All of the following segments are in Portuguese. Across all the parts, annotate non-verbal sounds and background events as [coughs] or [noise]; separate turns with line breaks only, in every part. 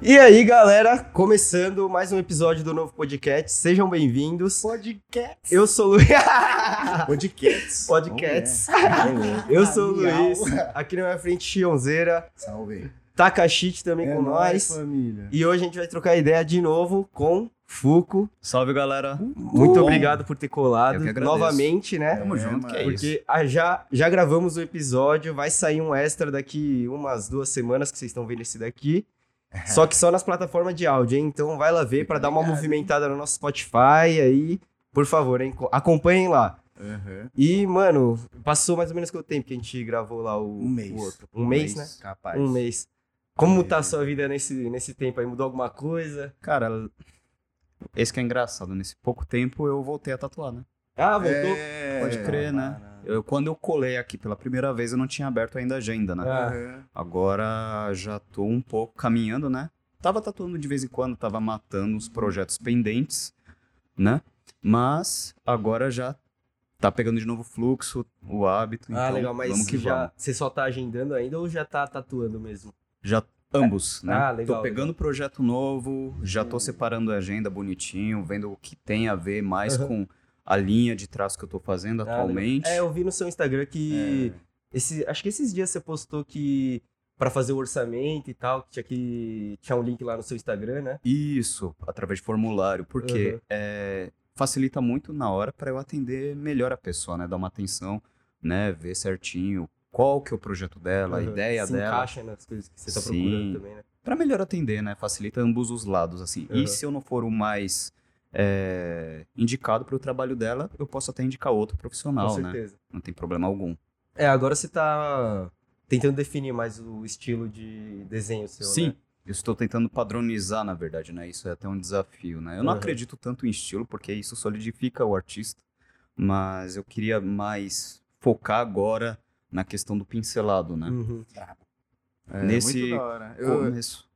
E aí, galera, começando mais um episódio do novo podcast. Sejam bem-vindos.
Podcast.
Eu sou o Luiz.
Podcast.
[laughs] Podcasts.
Oh, é.
Eu sou o
Miau.
Luiz. Aqui na minha frente, Chionzeira.
Salve.
Takashite também
É
com
nóis,
nós.
família.
E hoje a gente vai trocar ideia de novo com Fuco.
Salve, galera.
Muito
Bom.
obrigado por ter
Uh! Eu
colado
que agradeço.
novamente, né?
Tamo junto,
mano.
que é isso.
Porque ah, já, já gravamos o episódio, vai sair um extra daqui umas duas semanas que vocês estão vendo esse daqui. Só que só nas plataformas de áudio, hein? Então vai lá ver pra dar uma
ligado.
movimentada no nosso Spotify aí. Por favor, hein? Co- Acompanhem lá.
Aham.
E, mano, passou mais ou menos quanto tempo que a gente gravou lá o,
Um mês.
o outro? Um, mês, né?
Capaz.
Um mês. Como tá a sua vida nesse, nesse tempo aí? Mudou alguma coisa?
Cara, esse que é engraçado. Nesse pouco tempo eu voltei a tatuar, né?
Ah, voltou?
É,
Pode crer, né? Eu, quando eu colei aqui pela primeira vez, eu não tinha aberto ainda a agenda, né?
Ah.
Aham.
Agora já tô um pouco caminhando, né? Tava tatuando de vez em quando, tava matando uns projetos pendentes, né? Mas agora já tá pegando de novo o fluxo, o hábito.
ah,
então
legal, mas
vamos que
já,
vamos.
você só tá agendando ainda ou já tá tatuando mesmo?
Já ambos, né?
Ah, legal, Hum.
Tô pegando projeto novo, já tô separando a agenda bonitinho, vendo o que tem a ver mais
Aham.
com a linha de traço que eu tô fazendo
Ah,
atualmente. É.
É, eu vi no seu Instagram que. Esse, acho que esses dias você postou que. Pra fazer o orçamento e tal, que tinha, que tinha um link lá no seu Instagram, né?
Isso, através de formulário, porque
Aham.
é, facilita muito na hora para eu atender melhor a pessoa, né? Dar uma atenção, né? Ver certinho qual que é o projeto dela, a
Aham.
ideia
Se
dela.
encaixa nas coisas que você tá
Sim.
procurando também, né?
Pra melhor atender, né? Facilita ambos os lados, assim.
Aham.
E se eu não for o mais é, indicado para o trabalho dela, eu posso até indicar outro profissional,
Com
né?
certeza.
Não tem problema algum.
É, agora você tá tentando definir mais o estilo de desenho seu,
Sim,
né?
eu estou tentando padronizar, na verdade, né? Isso é até um desafio, né? Eu não
Aham.
acredito tanto em estilo, porque isso solidifica o artista, mas eu queria mais focar agora na questão do pincelado, né?
Uhum.
É,
Nesse
muito da hora. Eu...
Começo.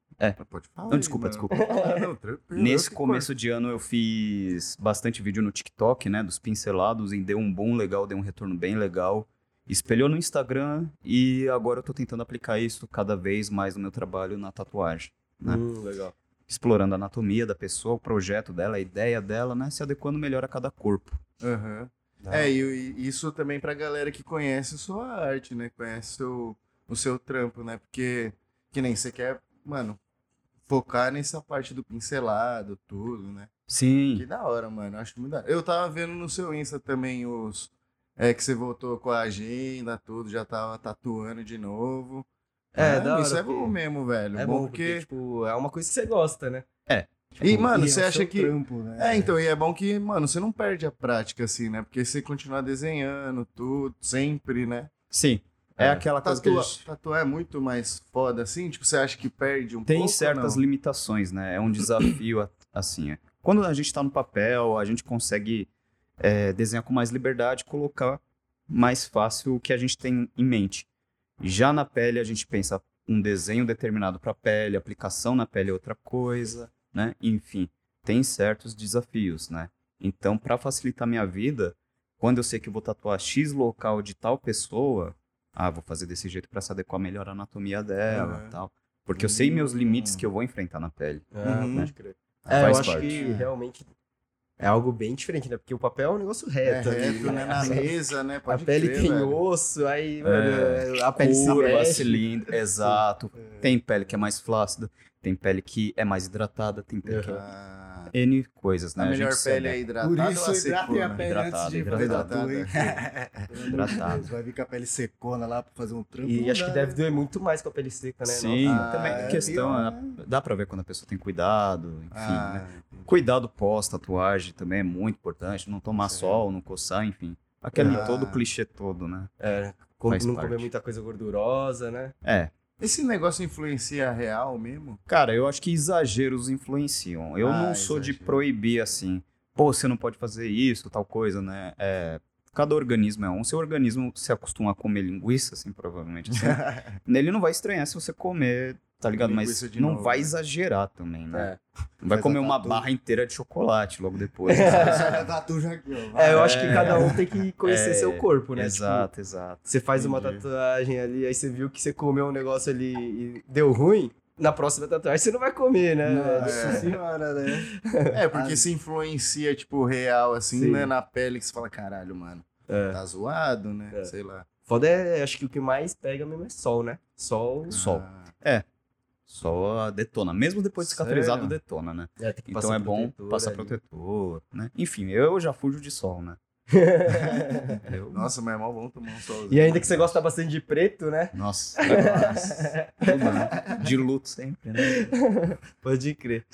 Pode falar.
Não, desculpa,
mano.
desculpa.
[laughs] Ah, não, tranquilo. Eu
Nesse
que
começo de ano eu fiz bastante vídeo no TikTok, né? Dos pincelados e deu um bom legal, deu um retorno bem legal. Espelhou no Instagram e agora eu tô tentando aplicar isso cada vez mais no meu trabalho na tatuagem. Né?
Hum, legal.
explorando a anatomia da pessoa, o projeto dela, a ideia dela, né? Se adequando melhor a cada corpo.
corto. Aham. É, e, e isso também pra galera que conhece a sua arte, né? Conhece o, o seu trampo, né? Porque, que nem você quer, mano, focar nessa parte do pincelado, tudo, né? Que
Hum.
Sim.
da hora, mano. Acho muito da hora. Eu tava vendo no seu Insta também os. É que você voltou com a agenda, tudo, já tava tatuando de novo.
É,
Mano,
da hora,
Isso é bom
porque-
mesmo, velho.
É bom porque, tipo, é uma coisa que você gosta, né?
E,
tipo,
mano,
e é
você
o
acha
seu né?
que.
né?
É, então, e é bom que, mano, você não perde a prática, assim, né? Porque você continuar desenhando tudo, sempre, né?
Sim. É,
É.
aquela coisa que a
Tatua...
gente...
Tatuar é muito mais foda, assim? Tipo, você acha que perde um
Tem
pouco? ou
certas
não?
limitações, né? É um desafio,
[coughs]
a- assim. É. Quando a gente tá no papel, a gente consegue é, desenhar com mais liberdade, colocar mais fácil o que a gente tem em mente. Já na pele, a gente pensa um desenho determinado pra pele, aplicação na pele é outra coisa, né? Enfim, tem certos desafios, né? Então, para facilitar minha vida, quando eu sei que eu vou tatuar X local de tal pessoa, ah, vou fazer desse jeito para se adequar melhor à anatomia dela
Aham.
e tal. Porque eu sei meus
Hum.
limites que eu vou enfrentar na pele. né?
Ah,
Uhum.
pode crer. É,
Faz
eu acho
parte.
que realmente é algo bem diferente, né? Porque o papel é um negócio
É
reto. ali,
reto, né? Na mesa, né? Pode
a pele
crer,
tem
velho.
osso, aí
É.
mano, a pele se
Curva,
mexe.
cilindro, exato. Tem pele que é mais flácida, tem pele que é mais hidratada, tem pele que
Ah,
é N coisas, né?
a
gente
melhor
se
pele é
adapta.
hidratada
Por
ou a
assim,
isso, hidratem a
tipo,
secona?
pele
Hidratada,
antes de fazer
hidratada.
tatu, hein?
Hidratada.
Deus, [laughs] vai vir com a pele secona lá pra fazer um trampo.
E
não
acho que
dá,
deve
né?
doer muito mais com a pele seca, né?
Sim,
Nossa.
Ah,
também
é,
questão.
pior,
é-
né?
Dá pra ver quando a pessoa tem cuidado, enfim, né?
Ah,
Cuidado pós-tatuagem também é muito importante. Não tomar
Sim.
sol, não coçar, enfim. Aquele
Ah.
todo clichê todo, né?
É, com-
Faz
não
parte.
comer muita coisa gordurosa, né?
É.
Esse negócio influencia a real
[laughs]
mesmo?
Cara, eu acho que exageros influenciam. Eu
Ah,
não sou de
exagero.
proibir assim. Pô, você não pode fazer isso, tal coisa, né? É, cada organismo é um. Seu organismo se acostumar a comer linguiça, assim,
[laughs]
provavelmente. Assim, ele não vai estranhar se você comer, tá ligado?
Linguiça
Mas
de
não
novo,
vai
né?
exagerar também, né?
É.
Não vai
Faz
comer
a
uma
tatu.
barra inteira de chocolate logo depois.
É, tipo,
né?
Essa tatu já aqui, ó.
É,
vai.
eu acho que cada um tem que conhecer
É,
seu
tipo,
corpo, né?
Exato, exato.
Tipo, você faz uma
Entendi.
tatuagem ali, aí você viu que você comeu um negócio ali e deu ruim, na próxima tatuagem você não vai comer, né?
Nossa
é.
senhora, né?
É, porque
Ah.
se influencia, tipo, real, assim,
Sim.
né? Na pele que você fala, caralho, mano,
É.
tá zoado, né?
É.
Sei lá.
Foda é, acho que o que mais pega mesmo é sol, né? Sol.
Sol.
Ah,
Só detona. Mesmo depois de cicatrizado,
Sério?
detona, né?
É, tem que
Então
passar
é bom
protetor
passar
ali.
protetor, né? Enfim, eu já fujo de sol, né? Eu-
Nossa, mas é mó bom tomar um
[laughs]
solzinho.
E ainda que você gosta bastante de preto, né?
Nossa.
[laughs]
nossa. Tudo, né? De luto sempre, né?
Pode
[laughs]
crer.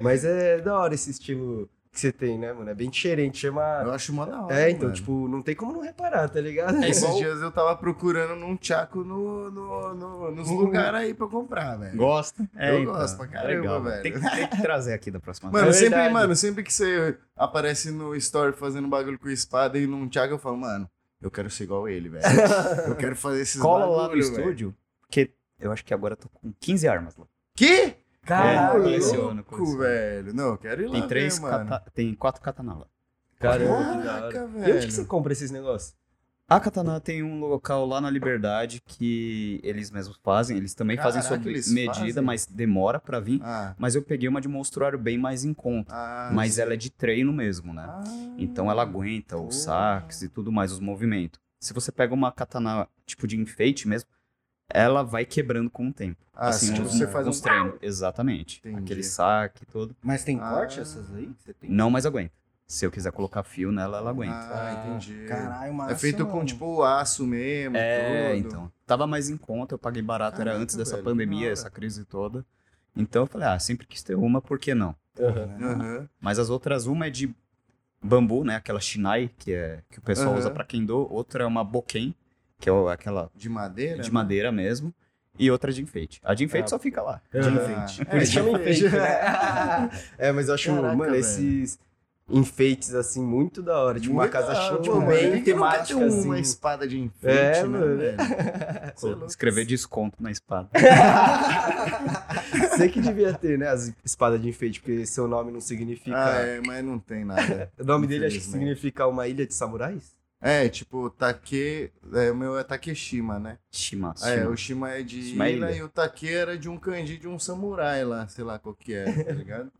Mas é da hora esse estilo que você tem, né, mano? É bem diferente. Chama.
Eu acho mó da hora.
É, então,
mano. É,
tipo, não tem como não reparar, tá ligado?
É
Esses dias eu tava procurando num tchaco no, no, no- nos
Uhum.
lugares aí pra comprar, velho.
Gosta? É,
Eu
então.
gosto pra caramba,
Legal.
velho.
Tem que, tem que trazer aqui da próxima
Mano,
É
sempre,
verdade.
mano, sempre que você aparece no story fazendo um bagulho com espada e num Thiago, eu falo, mano, eu quero ser igual ele, velho. Eu quero fazer esses
vez. Cola
bagulho,
lá no
velho.
estúdio, porque eu acho que agora eu tô com 15 armas lá.
Que? é,
Ah,
[laughs] Caralho!
esse
louco,
ano,
Louco, velho. Não, eu quero ir lá
Tem, três
ver, mano.
kata- tem quatro katana lá.
Caramba, que da hora.
Caraca,
E onde
velho.
que você compra esses negócios?
A katana tem um local lá na Liberdade que eles mesmos fazem. Eles também fazem
Caraca,
sob
eles
medida,
fazem?
mas demora pra vir.
Ah,
Mas eu peguei uma de um monstruário bem mais em conta.
ah,
mas ela é de treino mesmo, né?
ah.
Então ela aguenta
Pô.
os saques e tudo mais, os movimentos. Se você pega uma katana tipo de enfeite mesmo, ela vai quebrando com o tempo.
Ah,
assim,
tipo,
os-
você faz um...
os treinos. Exatamente.
Entendi.
Aquele saque e tudo.
Mas tem
Ah.
corte essas aí que você tem?
Não, mas aguenta. Se eu quiser colocar fio nela, ela aguenta.
Ah, entendi.
Caralho, massa,
é feito com,
mano.
tipo, aço mesmo,
é,
tudo.
então. Tava mais em conta, eu paguei barato, era
Caraca,
antes dessa
velho, que
pandemia,
da
essa crise toda. Então eu falei, ah, sempre quis ter uma, por que não?
né? Aham.
Mas as outras, uma é de bambu, né? Aquela shinai, que é que o pessoal
Aham.
usa pra kendo. Outra é uma boken, que é o- aquela
De madeira?
de
né?
madeira mesmo. E outra é de enfeite. A de enfeite
Ah,
só fica lá.
[laughs]
De
Ah,
enfeite.
é,
Por isso
de
chama enfeite,
enfeite. [laughs]
né? É, mas eu acho,
Caraca,
mano,
velho.
esses enfeites, assim, muito da hora. Tipo, uma
Muito
casa
da hora,
show, tipo,
mano. Por
bem
que que nunca
temática,
tem um
assim.
uma espada de enfeite,
É,
né,
mano.
[laughs] velho? Cê é louco.
Escrever desconto
[laughs]
na espada.
Sei que devia ter, né, as espadas de enfeite, porque seu nome não significa...
Ah, é, mas não
[laughs]
tem nada.
O nome dele acho que
Infelizmente.
significa uma ilha de samurais?
É, tipo, Take... É, o meu é Takeshima, né?
Shima.
Ah, É,
shima.
o Shima é de
Shima é
ilha
ilha.
e o Take era de um kanji de um samurai lá, sei lá qual que era, tá ligado?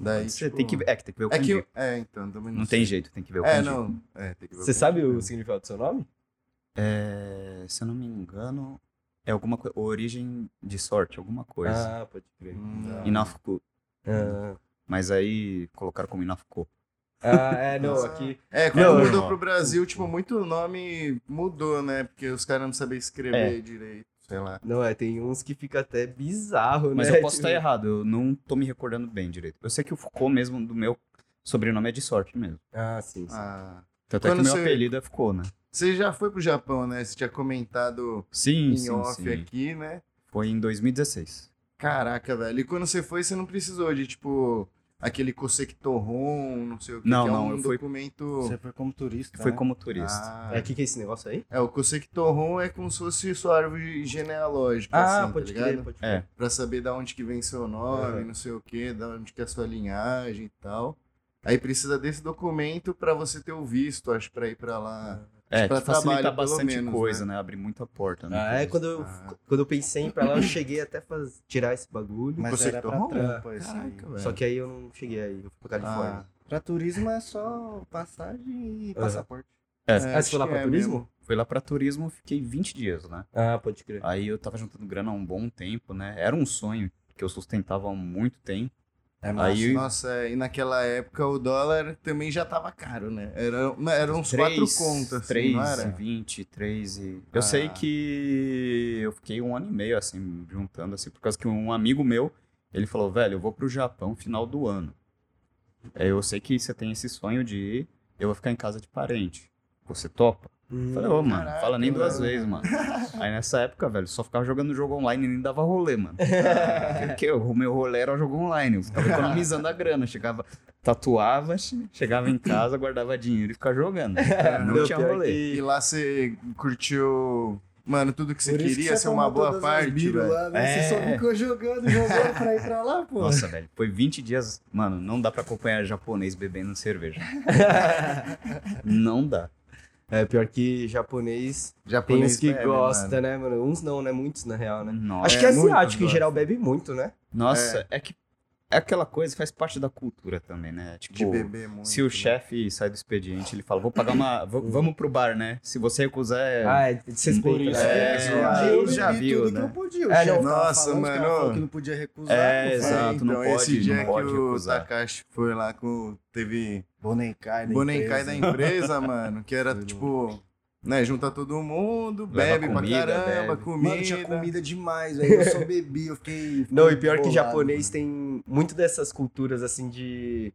Daí,
Você
tipo,
tem que ver. É que tem que ver o
É
kanji.
que... É, então, também
Não
sei.
tem jeito, tem que ver o
É,
kanji.
não. É, tem que ver
Você
o
sabe
kanji.
o significado do seu nome?
É, se eu não me engano, é alguma coisa. Origem de sorte, alguma coisa.
Ah, pode crer.
Hum,
Inafuku.
Ah,
Mas aí colocaram como Inafuku.
Ah, é, não,
Nossa.
aqui...
É, quando
Não,
mudou
não.
pro Brasil, tipo, muito nome mudou, né? Porque os caras não sabiam
É.
escrever direito, sei lá.
Não, é, tem uns que fica até bizarro,
Mas
né?
eu posso
Tipo,
estar errado, eu não tô me recordando bem direito. Eu sei que o Foucault mesmo, do meu sobrenome, é de sorte mesmo.
Ah, sim, sim.
Ah,
Tanto é que
Quando
o meu
você-
apelido é Foucault, né?
você já foi pro Japão, né? Você tinha comentado
Sim,
em
sim,
off
sim.
aqui, né?
Foi em 2016.
Caraca, velho. E quando você foi, você não precisou de, tipo, aquele Cosectoron, não sei o que.
Não,
que é
não,
um
eu fui-
documento.
Você foi como turista,
Foi
né?
como turista.
Ah,
É, o que, que é esse negócio aí?
É, o Cosectoron é como se fosse sua árvore genealógica,
Ah,
assim, tá ligado?
pode
É.
Pra saber da onde que vem seu nome,
É.
não sei o que, da onde que é a sua linhagem e tal. Aí precisa desse documento pra você ter o visto, acho, pra ir pra lá.
é,
pra
que facilita
trabalho, pelo
bastante
menos,
coisa, né? Abre muita porta, né?
Ah, é, quando eu,
Ah.
quando eu pensei em ir pra lá, eu cheguei até faz, tirar esse bagulho.
Mas
Você
era pra assim.
tomou?
trampa isso aí.
Caraca, velho.
só que aí eu não cheguei aí, eu fui pra Califórnia.
Pra turismo é só passagem e
Ah.
passaporte.
É,
Ah, você foi lá pra turismo?
Fui lá pra turismo, fiquei 20 dias, né?
Ah, pode crer.
Aí eu tava juntando grana há um bom tempo, né? Era um sonho que eu sustentava há muito tempo.
É
massa. Aí-
Nossa, é, e naquela época o dólar também já tava caro, né? Era, não, era uns quatro contas, assim,
três,
não era?
20, 3 e... Eu
Ah.
sei que eu fiquei um ano e meio, assim, juntando, assim, por causa que um amigo meu, ele falou, velho, eu vou pro Japão final do ano. É, Eu sei que você tem esse sonho de ir, eu vou ficar em casa de parente. Você topa? Eu Falei, ô, mano,
caraca,
fala nem duas
mano.
vezes, mano. Aí nessa época, velho, só ficava jogando jogo online e nem dava rolê, mano. Porque o meu rolê era jogo online. Eu ficava economizando a grana. Chegava, tatuava, che- chegava em casa, guardava dinheiro e ficava jogando. Não,
É, Não,
tinha
pior
rolê.
[laughs]
E lá você curtiu, mano, tudo que você
Por isso
queria
que
ser uma
tomou
boa
todas as
parte,
biro
velho.
lá, né? Você
É.
só ficou jogando, jogando pra ir pra lá, pô.
Nossa, velho, foi 20 dias. Mano, não dá pra acompanhar japonês bebendo cerveja. não dá.
É, pior que japonês, tem
[laughs] Japonês
uns que
bebe,
gosta,
mano.
né, mano? Uns não, né? Muitos, na real, né?
Nossa,
Acho que
é, muitos
asiático, em
gostam.
geral, bebe muito, né?
nossa, é. que é aquela coisa que faz parte da cultura também, né? Tipo,
De beber muito.
se o
né?
chefe sai do expediente, ele fala, vou pagar uma... v- vamos pro bar, né? Se você recusar, é...
Ah, é desrespeito.
Por isso
né?
É,
que
é,
eu
já
bebi
viu,
tudo
né?
que eu podia. O
É,
chefe
não,
tava
nossa,
falando, os caras
mano.
falaram que não podia recusar.
É,
pô,
exato.
então,
não
esse
pode-
dia
não
que
pode
o
recusar.
Takashi foi lá com. Teve
Bonencai da
Bonenkai da
empresa.
empresa, mano, que era
Foi
tipo. Né, junta todo mundo,
Leva
bebe
comida,
pra caramba,
bebe.
comida.
Mano, tinha comida demais, velho. Eu só bebi, eu fiquei.
Não, e pior que
bolado,
japonês
mano.
tem muito dessas culturas, assim, de...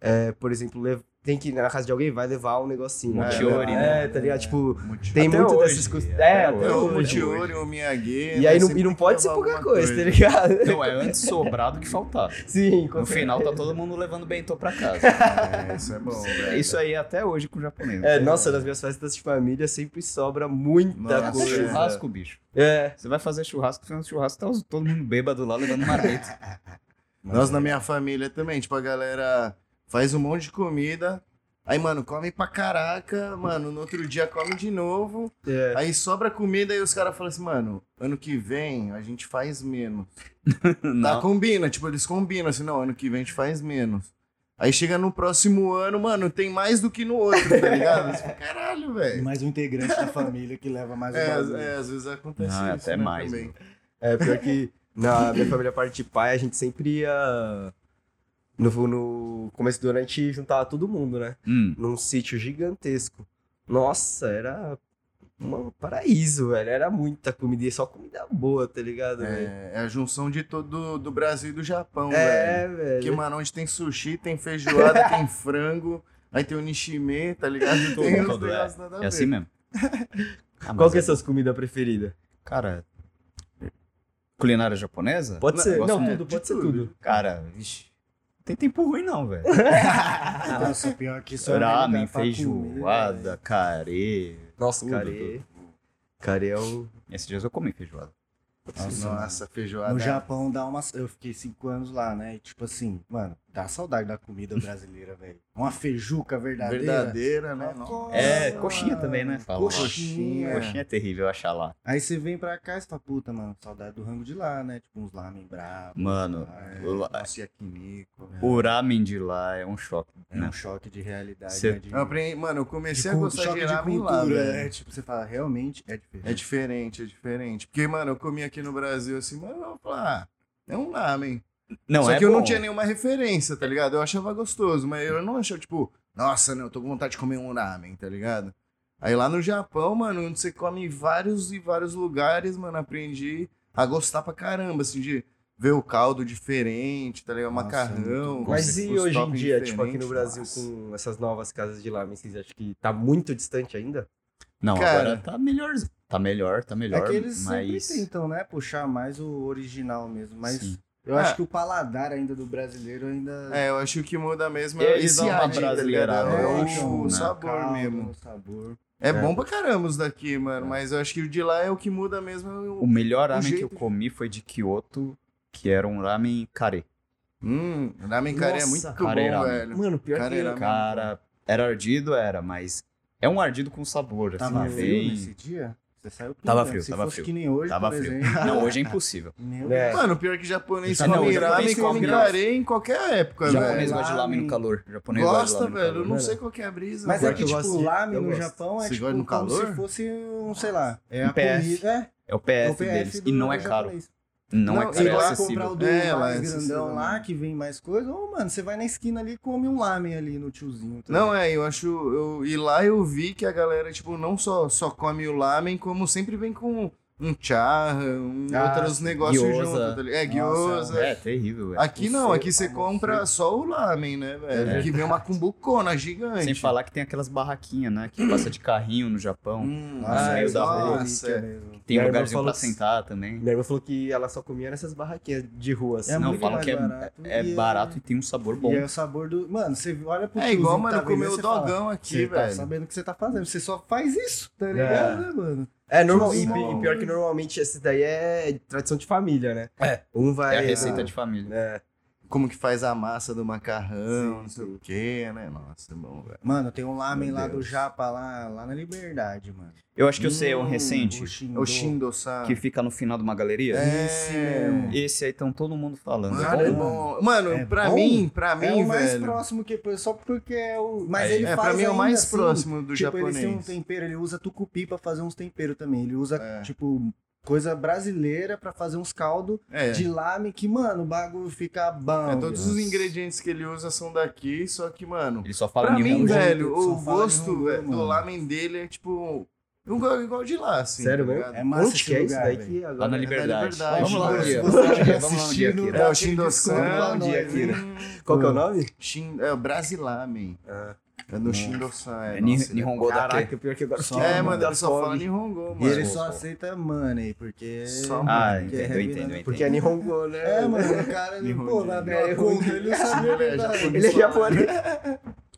é, por exemplo, lev- tem que ir na casa de alguém, vai levar um negocinho.
Um
né?
chiori,
é,
né?
tá ligado? Tipo,
Muti-
tem
Até
muito
hoje,
dessas... cus-
até
É,
hoje.
até
É, o
hoje.
Mutiori, o Miyagi.
E
né,
aí não,
sempre
e não
tem que
pode ser
levar
pouca
alguma
coisa, tá ligado?
Não, é antes sobrar do que faltar.
Sim, [laughs] com
No
certeza.
final tá todo mundo levando bentô pra casa.
É, isso é bom, velho.
Isso aí é até hoje com o japonês.
É, nossa, nas minhas festas de família sempre sobra muita
Nossa,
Até
coisa.
churrasco, bicho.
É.
Você vai fazer churrasco, fazendo churrasco, tá os- todo mundo bêbado lá levando
[laughs]
marmita.
Nós na minha família também, tipo, a galera faz um monte de comida. Aí, mano, come pra caraca, mano, no outro dia come de novo.
é.
Aí sobra comida e os caras falam assim, mano, ano que vem a gente faz menos. Tá,
Não.
combina, tipo, eles combinam assim, não, ano que vem a gente faz menos. Aí chega no próximo ano, mano, tem mais do que no outro, tá ligado? Você fala, Caralho, velho.
Mais um integrante da família que leva mais um
É, às-
bagulho.
é, às vezes acontece
Não, é
isso,
até
né,
mais,
também.
É, pior que na minha família, parte de pai, a gente sempre ia. No, no começo do ano, a gente juntava todo mundo, né?
Hum.
Num sítio gigantesco. Nossa, era um paraíso, velho. Era muita comida e só comida boa, tá ligado? velho?
É, é a junção de todo do Brasil e do Japão, velho.
É, velho.
Que, mano, onde tem sushi, tem feijoada, tem frango, aí tem o nishime, tá ligado?
Tudo,
Tem uns
tudo,
negócios nada a
É
ver.
[laughs]
assim mesmo. Ah,
Qual
mas
que é
eu-
suas comidas preferidas?
Cara. Culinária japonesa?
Pode
Não,
ser.
gosto
Não,
muito
tudo,
de
pode ser
tudo.
tudo.
Cara, vixi. Não tem tempo ruim, não, velho.
Nossa, pior que isso é um
Ramen,
lugar pra comer,
feijoada,
velho.
carê.
Nossa,
Tudo,
carê. Carê é um.
Esses dias eu comi feijoada.
Nossa, Nossa, feijoada. é
No Japão dá uma. Eu fiquei cinco anos lá, né? E, tipo assim, mano, dá saudade da comida brasileira, [laughs] velho. Uma feijuca verdadeira.
verdadeira, né? Nossa.
É,
Nossa,
coxinha também, né? Fala.
Coxinha.
Coxinha é terrível achar lá.
Aí você vem pra cá e você fala, puta, mano, saudade do rango de lá, né? Tipo, uns lamen bravos.
Mano,
Ah,
lá-
Nossa, yakiniku, velho.
o ramen de lá é um choque.
né? É um choque de realidade,
Cê-
né? De,
Eu aprendi- Mano, eu
de
comecei a
cul-
gostar
choque
de
de
ramen lá, né?
cultura.
velho.
É, tipo, você fala, realmente é diferente.
É diferente, é diferente. Porque, mano, eu comi aqui no Brasil assim, mano, eu falo, ah, é um ramen.
Não,
Só
é
que eu
bom.
não tinha nenhuma referência, tá ligado? Eu achava gostoso, mas eu não achava, tipo, nossa, não, eu tô com vontade de comer um ramen, tá ligado? Aí lá no Japão, mano, onde você come em vários e vários lugares, mano, aprendi a gostar pra caramba, assim, de ver o caldo diferente, tá ligado?
Nossa, é
Macarrão.
muito bom.
Mas
os-
e
os
hoje em
toppings
dia, tipo, aqui no
diferentes,
Brasil,
nossa.
com essas novas casas de lamen, vocês acham que tá muito distante ainda?
Não,
Cara.
agora tá melhor. Tá melhor, tá melhor.
É que eles
mas...
sempre tentam, né? Puxar mais o original mesmo. Mas
Sim.
eu
É.
acho que o paladar ainda do brasileiro ainda.
É, eu acho que muda mesmo
Eles
esse
dão uma
arte, tá ligado?
brasileirada,
É
né?
o-
então,
o
né?
sabor
caldo,
mesmo.
o sabor.
É bom pra caramba os daqui, mano, mas eu acho que o de lá é o que muda mesmo. é
O
o-
melhor
o
ramen que
jeito-
eu comi foi de Kyoto, que era um ramen carê.
Hum, ramen cara é
Nossa,
muito bom,
cara, é ramen.
velho.
Mano, pior
Cara,
que
era-
Cara, era ardido, era, mas é um ardido com sabor, assim,
Tava
é
frio
bem...
Tá nesse dia? Você saiu pulando.
Tava frio,
Se
tava
fosse
frio.
que nem hoje,
Tava
por
frio.
exemplo.
[laughs] Não, hoje é
[laughs]
impossível.
Meu
É.
Deus.
Mano, pior que japonês
Não,
come
o japonês
ramen,
come
come
graça.
carê em qualquer época,
O japonês
velho.
gosta de lamen no calor. O japonês gosta
é. Gosta,
de lamen no
velho. Eu
calor.
não
né?
sei qual que é a brisa.
Mas
Pior
é
velho.
que
que,
eu
tipo,
gosto de-
lamen
eu
no
gosto.
Japão é
Você
tipo
gosta no
como
calor?
se fosse um, sei lá, é
Um
a
PF.
comida,
É o PF,
é, o PF
deles.
do
E não é caro.
japonês.
Não, é
Não,
caro,
você
é
vai comprar
acessível.
o do
É, lá é
mais
acessível,
grandão lá,
né?
que vem mais coisa, ou, mano, você vai na esquina ali e come um lamen ali no tiozinho. tá
Não,
ligado?
é, eu acho. Eu, e lá eu vi que a galera, tipo, não só, só come o lamen, como sempre vem com um charra, um
Ah,
outros negócios
gyoza.
junto, tá ligado? É,
Nossa,
gyoza.
É, terrível, velho.
Aqui não,
Você-
aqui você
você-
compra só o lamen, né, velho?
É.
Que vem uma cumbucona gigante.
Sem falar que tem aquelas barraquinhas, né?
Hum.
Que passa de carrinho no Japão.
Hum,
Ah,
ai,
eu da rua.
nossa,
é
é.
mesmo.
Tem
Minha irmã
lugarzinho
falou
pra
que-
assim,
sentar também.
Minha irmã falou que ela só comia nessas barraquinhas de rua, assim.
É
não,
muito
falam
mais
que é
barato
é
e é-
barato e tem um sabor bom.
E é o sabor do... Mano, você olha pro
É
tiozinho
igual,
que
mano,
tá vendendo,
comer o
você fala,
dogão aqui,
Você tá
velho. É.
sabendo o que você tá fazendo, você só faz isso, tá ligado, né, mano?
É, normal. E,
Nossa.
e pior que normalmente esse daí é tradição de família, né? É. Um vai.
ah,
É a receita de família.
É.
como que faz a massa do macarrão, não sei o quê, né? Nossa, bom, velho.
Mano, tem um lamen
Meu
lá do
Deus.
Japa, lá, lá na Liberdade, mano.
Eu acho que eu sei, é um
Hum,
recente
O Shindo.
O Shindosan.
que fica no final de uma galeria.
É.
Esse mesmo.
Esse aí estão todo mundo falando.
Mano, é
Caramba.
bom. Mano,
É
pra
bom?
mim, pra
é
mim,
o mais
velho.
próximo que só porque é o. Mas
Aí.
ele
É,
faz
pra mim é o
ainda
mais
assim,
próximo do
tipo,
japonês.
Ele tem um tempero, ele usa tucupi pra fazer uns temperos também. Ele usa,
É.
tipo, coisa brasileira pra fazer uns caldo
É.
de né? lame que, mano, o bagulho fica bom.
É, todos
viu?
os ingredientes que ele usa são daqui, só que, mano.
Ele só fala um,
Pra
minha
mim,
é o
velho,
jeito,
o
só fala de
gosto
Honolulu,
velho, do
mano.
lamen dele é tipo. Igual, igual de lá, assim.
Sério mesmo?
ligado?
É massa
Onde
esse
que é isso
lugar,
daí
velho.
que
Lá na
agora...
liberdade.
liberdade.
Vamos lá um dia.
Se é você estiver
Vamos lá um dia,
assistindo,
Kira.
dá
É, o
aquele
Shindosan,
desconto lá
um
nós,
dia,
hein?
Kira.
Qual que é o nome?
Shin, é o Brasilamen.
Ah.
É no Shindosan.
É
É,
Ni-
nossa, ele
Um
é
Nihongo da
Caraca, pior que agora...
Só,
É, mano,
dá
ele só fala
fome.
Nihongo,
E
mano.
ele só aceita money, porque.
Só
Ah, entendo,
porque é
eu
heavy,
entendo,
né?
eu entendo.
Porque é Nihongo, né?
É, mano,
[laughs]
o cara, ele, pô,
um
vai abrir
é
uma conta, né? ele não sabe a verdade.
Ele é japonês.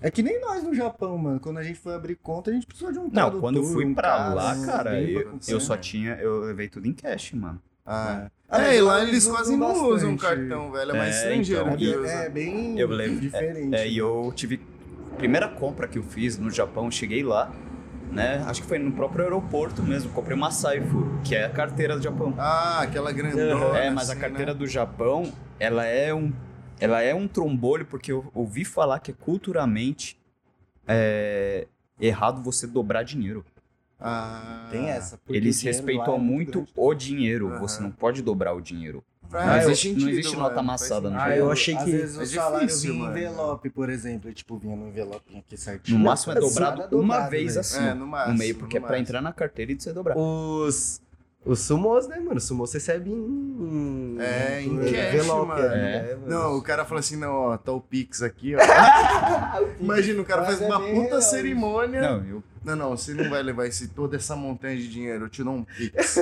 É que nem nós no Japão, mano. Quando a gente foi abrir conta, a gente precisou de um
Não, quando eu
tradutor,
fui
um
pra
cara,
lá,
um
cara,
bem
eu,
pra
eu só
acontecer,
tinha. Eu levei tudo em cash, mano.
Ah.
Ah, mas
É, e lá
eles
eles
usam
quase não
bastante.
usam cartão, velho. É mais
É,
estrangeiro
então,
né?
que
e-
usa.
É, é bem
Eu lembro, é,
diferente.
É, e eu tive. Primeira compra que eu fiz no Japão, cheguei lá, né? Acho que foi no próprio aeroporto mesmo. Comprei uma Saifu, que é a carteira do Japão.
Ah, aquela grandona.
É, mas a
assim,
carteira
né?
do Japão, ela é um, ela é um trombolho, porque eu ouvi falar que culturalmente é errado você dobrar dinheiro.
Ah.
Tem essa. porque
Eles
o dinheiro
respeitam
lá é
muito
grande.
o dinheiro.
Aham.
Você não pode dobrar o dinheiro.
Ah,
não,
faz
existe, não
sentido,
existe
mano,
nota
faz
amassada no
sentido. Ah,
Japão.
eu achei
Às
que
vezes o
é
salário
difícil,
vinha em
mano.
envelope, por exemplo. Tipo, vinha no envelopinho aqui certinho.
No máximo é
Nada
dobrado uma
dobrado,
vez
velho.
assim.
É, no máximo.
no meio, porque é
no
pra
máximo.
entrar na carteira e de ser dobrado.
Os... Os sumos, né, mano? Sumos recebe em...
É, em
envelope,
cash, mano.
né, mano?
Não, o cara fala assim, não, ó, tá o Pix aqui,
[laughs]
ó. [laughs] Imagina, o cara
Mas
faz
é
uma
bem
puta
real isso.
cerimônia. Não.
Não, [laughs] eu,
não, você não vai levar esse, toda essa montanha de dinheiro, eu te dou um
[laughs]
Pix.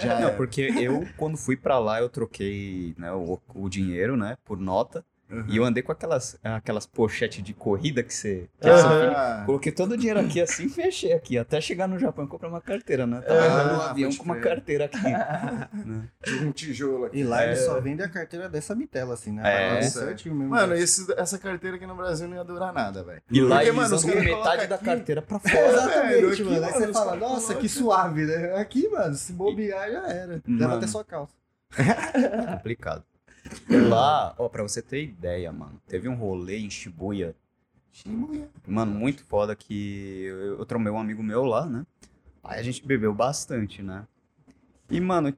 Já
não,
era.
porque eu, quando fui pra lá, eu troquei né, o, o dinheiro, né, por nota.
Uhum.
E eu andei com aquelas, aquelas pochetes de corrida que você. que você
Ah.
Ah,
Coloquei todo o dinheiro aqui assim e fechei aqui. Até chegar no Japão e comprar uma carteira, né? Tava
Ah,
andando no avião
pode
com uma
crer.
carteira aqui.
[laughs] tinha um tijolo aqui.
E lá eles
É.
só vendem a carteira dessa bitela, assim, né?
É.
Pra lá certinho mesmo.
Mano, esse- essa carteira aqui no Brasil não ia durar nada, velho.
E lá
Porque,
eles
mano, os
usam
caras
metade
colocam
da
aqui-
carteira pra
É,
fora.
velho,
Exatamente,
aqui,
mano. Aí
mano,
você
os
fala,
caras
nossa,
colocam-
que suave, né? Aqui, mano, se bobear já era. Leva
Mano.
até sua calça.
É complicado. Lá, ó, pra você ter ideia, mano, teve um rolê em Shibuya
Shibuya.
Mano, muito foda que eu, eu trombei um amigo meu lá, né? Aí a gente bebeu bastante, né? E, mano,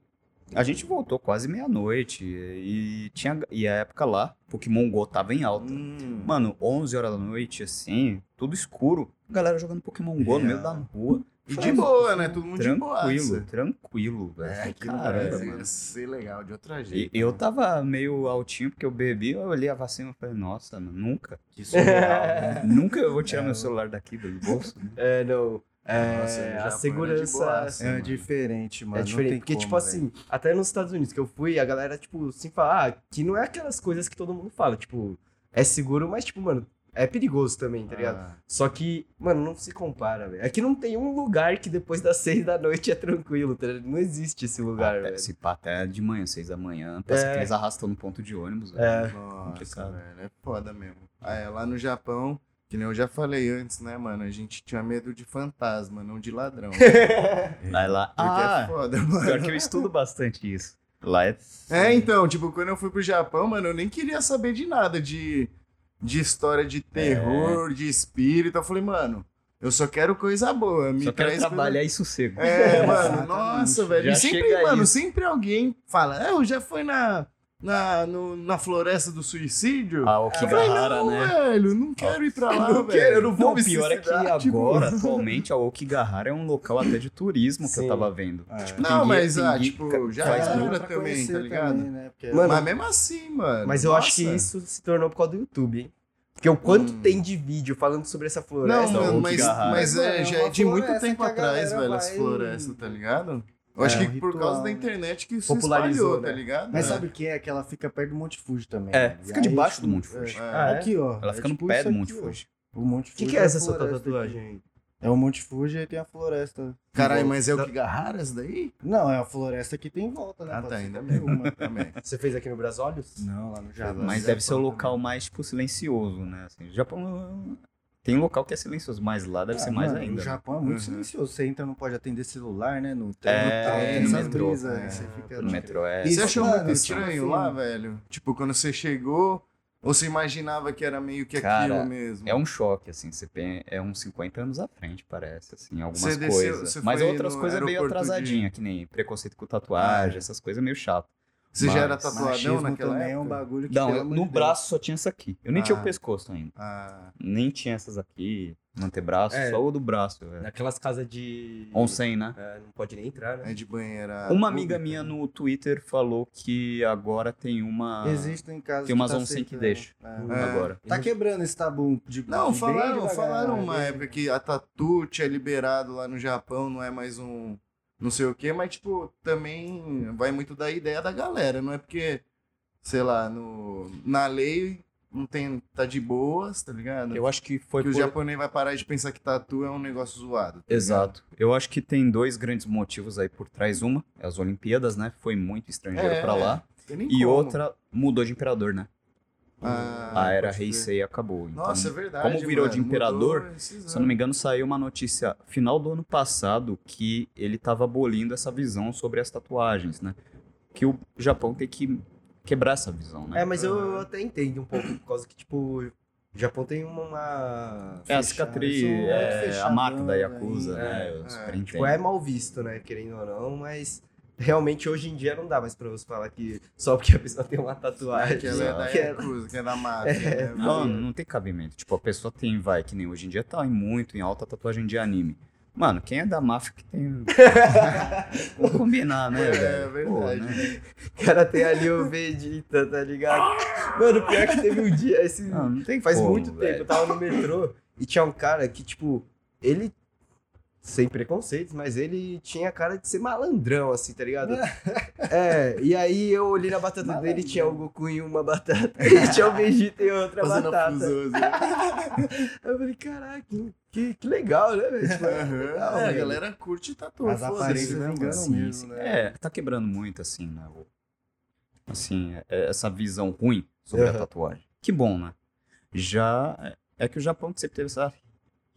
a gente voltou quase meia-noite e tinha e a época lá, Pokémon Go tava em alta.
Hum,
Mano, 11 horas da noite, assim, tudo escuro, galera jogando Pokémon Go no meio da rua.
E
Falei,
de
mano,
boa, né? Todo mundo É. de boa.
Tranquilo, tranquilo, velho.
É,
Falei,
aqui no
"Caramba,
Brasil
mano."
ia ser legal, de outra
E
jeito.
eu tava meio altinho porque eu bebi, eu olhei a vacina e falei, nossa, mano, nunca.
Que surreal, né?
[laughs] Nunca eu vou tirar meu celular daqui [laughs] do bolso.
É, não. É,
Nossa, no Japão era
a
de
segurança
boaça,
É
mano.
diferente, mano.
é
não
diferente.
tem
Porque,
como,
tipo assim, até nos Estados Unidos que eu fui, a galera, tipo, assim, fala, ah, que não é aquelas coisas que todo mundo fala. Tipo, é seguro, mas, tipo, mano, é perigoso também, tá ligado?
Ah,
Só que, mano, não se compara, velho. Aqui não tem um lugar que depois das [laughs] seis da noite é tranquilo, tá ligado? Não existe esse
Ah,
lugar,
é,
Até-
velho.
Se pá, até de manhã, seis da manhã, parece
É.
que eles arrastam no ponto de ônibus. velho.
É.
Nossa,
Complicado.
velho, é foda mesmo. Ah, é, lá no Japão, que nem eu já falei antes, né, mano? A gente tinha medo de fantasma, não de ladrão. né,
[laughs]
Porque
Lá, lá.
é
Ah,
foda, mano.
pior que eu estudo bastante isso. Lá [laughs] é.
É, então, tipo, quando eu fui pro Japão, mano, eu nem queria saber de nada de, de história de
É.
terror, de espírito. Eu falei, mano, eu só quero coisa boa. Me
Só quero
traz coisa-
trabalhar e
[laughs]
sossego. [laughs]
É, mano,
Exatamente.
nossa, velho.
Já
e sempre,
chega
mano,
isso.
sempre alguém fala, "É, eu já fui na, na, no- na floresta do suicídio.
Ah, o que
Eu falei,
Gahara,
não,
né? Ah,
velho, não quero ir pra lá,
não
velho.
quero, eu não vou
Não,
me
pior é que
suicidar, tipo-
agora, atualmente, a Okigahara é um local até de turismo que
Sim.
eu tava vendo.
É.
Tipo, tem
Não,
guia-
mas,
tem
ah,
guia-
tipo, já
velho.
faz
Dá
era
pra
também,
conhecer
tá ligado?
também, né? Porque-
Mano,
Mas mesmo assim, mano.
Mas eu acho que
nossa.
isso se tornou por causa do YouTube, hein? Porque o quanto
Hum.
tem de vídeo falando sobre essa
Não,
floresta.
mano,
ou
mas,
cigarra.
mas
Mas, mano,
é,
é
já
uma
é de muito
floresta
tempo
que a
atrás,
galera
velho, as
vai-
florestas, tá ligado? Eu
É,
acho que
um
por causa
ritual,
da
né?
internet que isso
Popularizou,
espalhou, tá
né?
ligado?
Mas
É.
sabe o que é? Que ela fica perto do Monte Fuji também.
É,
mano. E
fica
aí,
debaixo
tipo,
do Monte Fuji.
É.
Ah, é?
Aqui, ó.
Ela
é
fica no
tipo
pé
isso
do Monte
aqui, ó.
Fuji.
O Monte
O que,
Fuji
que é
a
essa sua
floresta aqui.
tatuagem aí?
É o Monte Fuji e tem a floresta.
Caralho, mas é o Kigahara isso daí?
Não, é a floresta que tem em volta, né?
Ah,
Pode
tá,
ser
ainda
qualquer
bem.
uma.
Também.
Você fez aqui no Brasólios?
Não, lá no Japão.
Mas é deve ser o local mais, tipo, silencioso, né? Assim, o Japão eh, tem local que é silencioso, mas lá deve
Ah,
ser mais
mano,
ainda. né?
O Japão é muito
Uhum.
silencioso. Você entra, não pode atender celular, né? No trem,
É,
tal, tem
no
essas
metrô,
brisas.
é.
aí Você fica...
No metrô é...
Isso,
Você achou
mano,
muito
isso é um
estranho
filme.
lá, velho? Tipo, quando você chegou, ou você imaginava que era meio que
Cara,
aquilo mesmo?
É um choque, assim, você pen- é uns 50 anos à frente, parece, assim, algumas
Você desceu-
coisas.
você
Mas
foi
outras
no
coisas meio
aeroporto de-
atrasadinha, que nem preconceito com tatuagem,
Ah, é.
essas coisas meio chato.
Você já era
mas-
tatuadão
Machismo
naquela
também
época?
é um bagulho que,
Não,
pelo
eu-
amor
no
de Deus.
braço só tinha essa aqui. Eu nem tinha o
Ah.
pescoço ainda.
Ah,
Nem tinha essas aqui, no antebraço,
É.
só o do braço. velho.
Naquelas casas de.
Onsen, né?
É, não pode nem entrar, né?
é de banheira.
Uma amiga
pública.
minha no Twitter falou que agora tem uma.
Ah. Existem casas
Tem umas
que tá
onsen que
aceitando.
deixa.
né?
É.
Agora.
Tá quebrando esse tabu de
Não,
bem
falaram,
devagar,
falaram
né?
uma época que a tatu tinha liberado lá no Japão, não é mais um não sei o quê, mas tipo, também vai muito da ideia da galera, não é porque, sei lá, no, na lei não tem, tá de boas, tá ligado?
Eu acho que foi
que o
por-
japonês vai parar de pensar que tatu é um negócio zoado. tá
Exato. Eu acho que tem dois grandes motivos aí por trás. Uma é as Olimpíadas, né? Foi muito estrangeiro
É,
pra lá.
ligado? Tem nem
E
como.
outra mudou de imperador, né?
Ah,
a era
pode crer.
Heisei acabou. Então,
Nossa, é verdade.
como virou
mano,
de imperador,
mudou esses
se eu não
anos.
me engano, saiu uma notícia final do ano passado que ele tava abolindo essa visão sobre as tatuagens, né? Que o Japão tem que quebrar essa visão, né?
É, mas eu, eu até entendo um pouco, por causa que, tipo, o Japão tem uma.
É a
fechado,
cicatriz,
isso é muito
é, a
fechadão,
marca da Yakuza,
velho.
né?
É,
Eu
é.
super entendo.
Tipo, é mal visto, né? Querendo ou não, mas realmente hoje em dia não dá mais pra você falar que só porque a pessoa tem uma tatuagem.
Que ela é da
que ela-
Yakuza, que é da máfia. né?
Não, não tem cabimento. Tipo, a pessoa tem, vai, que nem hoje em dia tá em muito, em alta tatuagem de anime. Mano, quem é da máfia
[laughs]
que tem. Vamos combinar, né?
É,
velho?
verdade.
né?
O cara tem ali o Vegeta, tá ligado? Mano, pior que teve um dia, esse
Não, não tem
faz
como,
muito
velho.
tempo, eu tava no metrô e tinha um cara que, tipo, ele. Sem preconceitos, mas ele tinha cara de ser malandrão, assim, tá [laughs] ligado? é, e aí eu olhei na batata dele tinha o Goku em uma batata, [laughs] e tinha o Vegeta em outra
Fazendo né? a
batata.
fusoso.
Eu falei, caraca, que, que legal, né, velho? Tipo, é legal,
É, a
velho.
galera curte tatu.
As
foda-se,
aparências
né, mano?
enganam
Sim,
mesmo,
sim.
né?
É, tá quebrando muito, assim, né? o- Assim, é- essa visão ruim sobre a
Aham.
tatuagem. Que bom, né? Já. é- É que o Japão sempre teve essa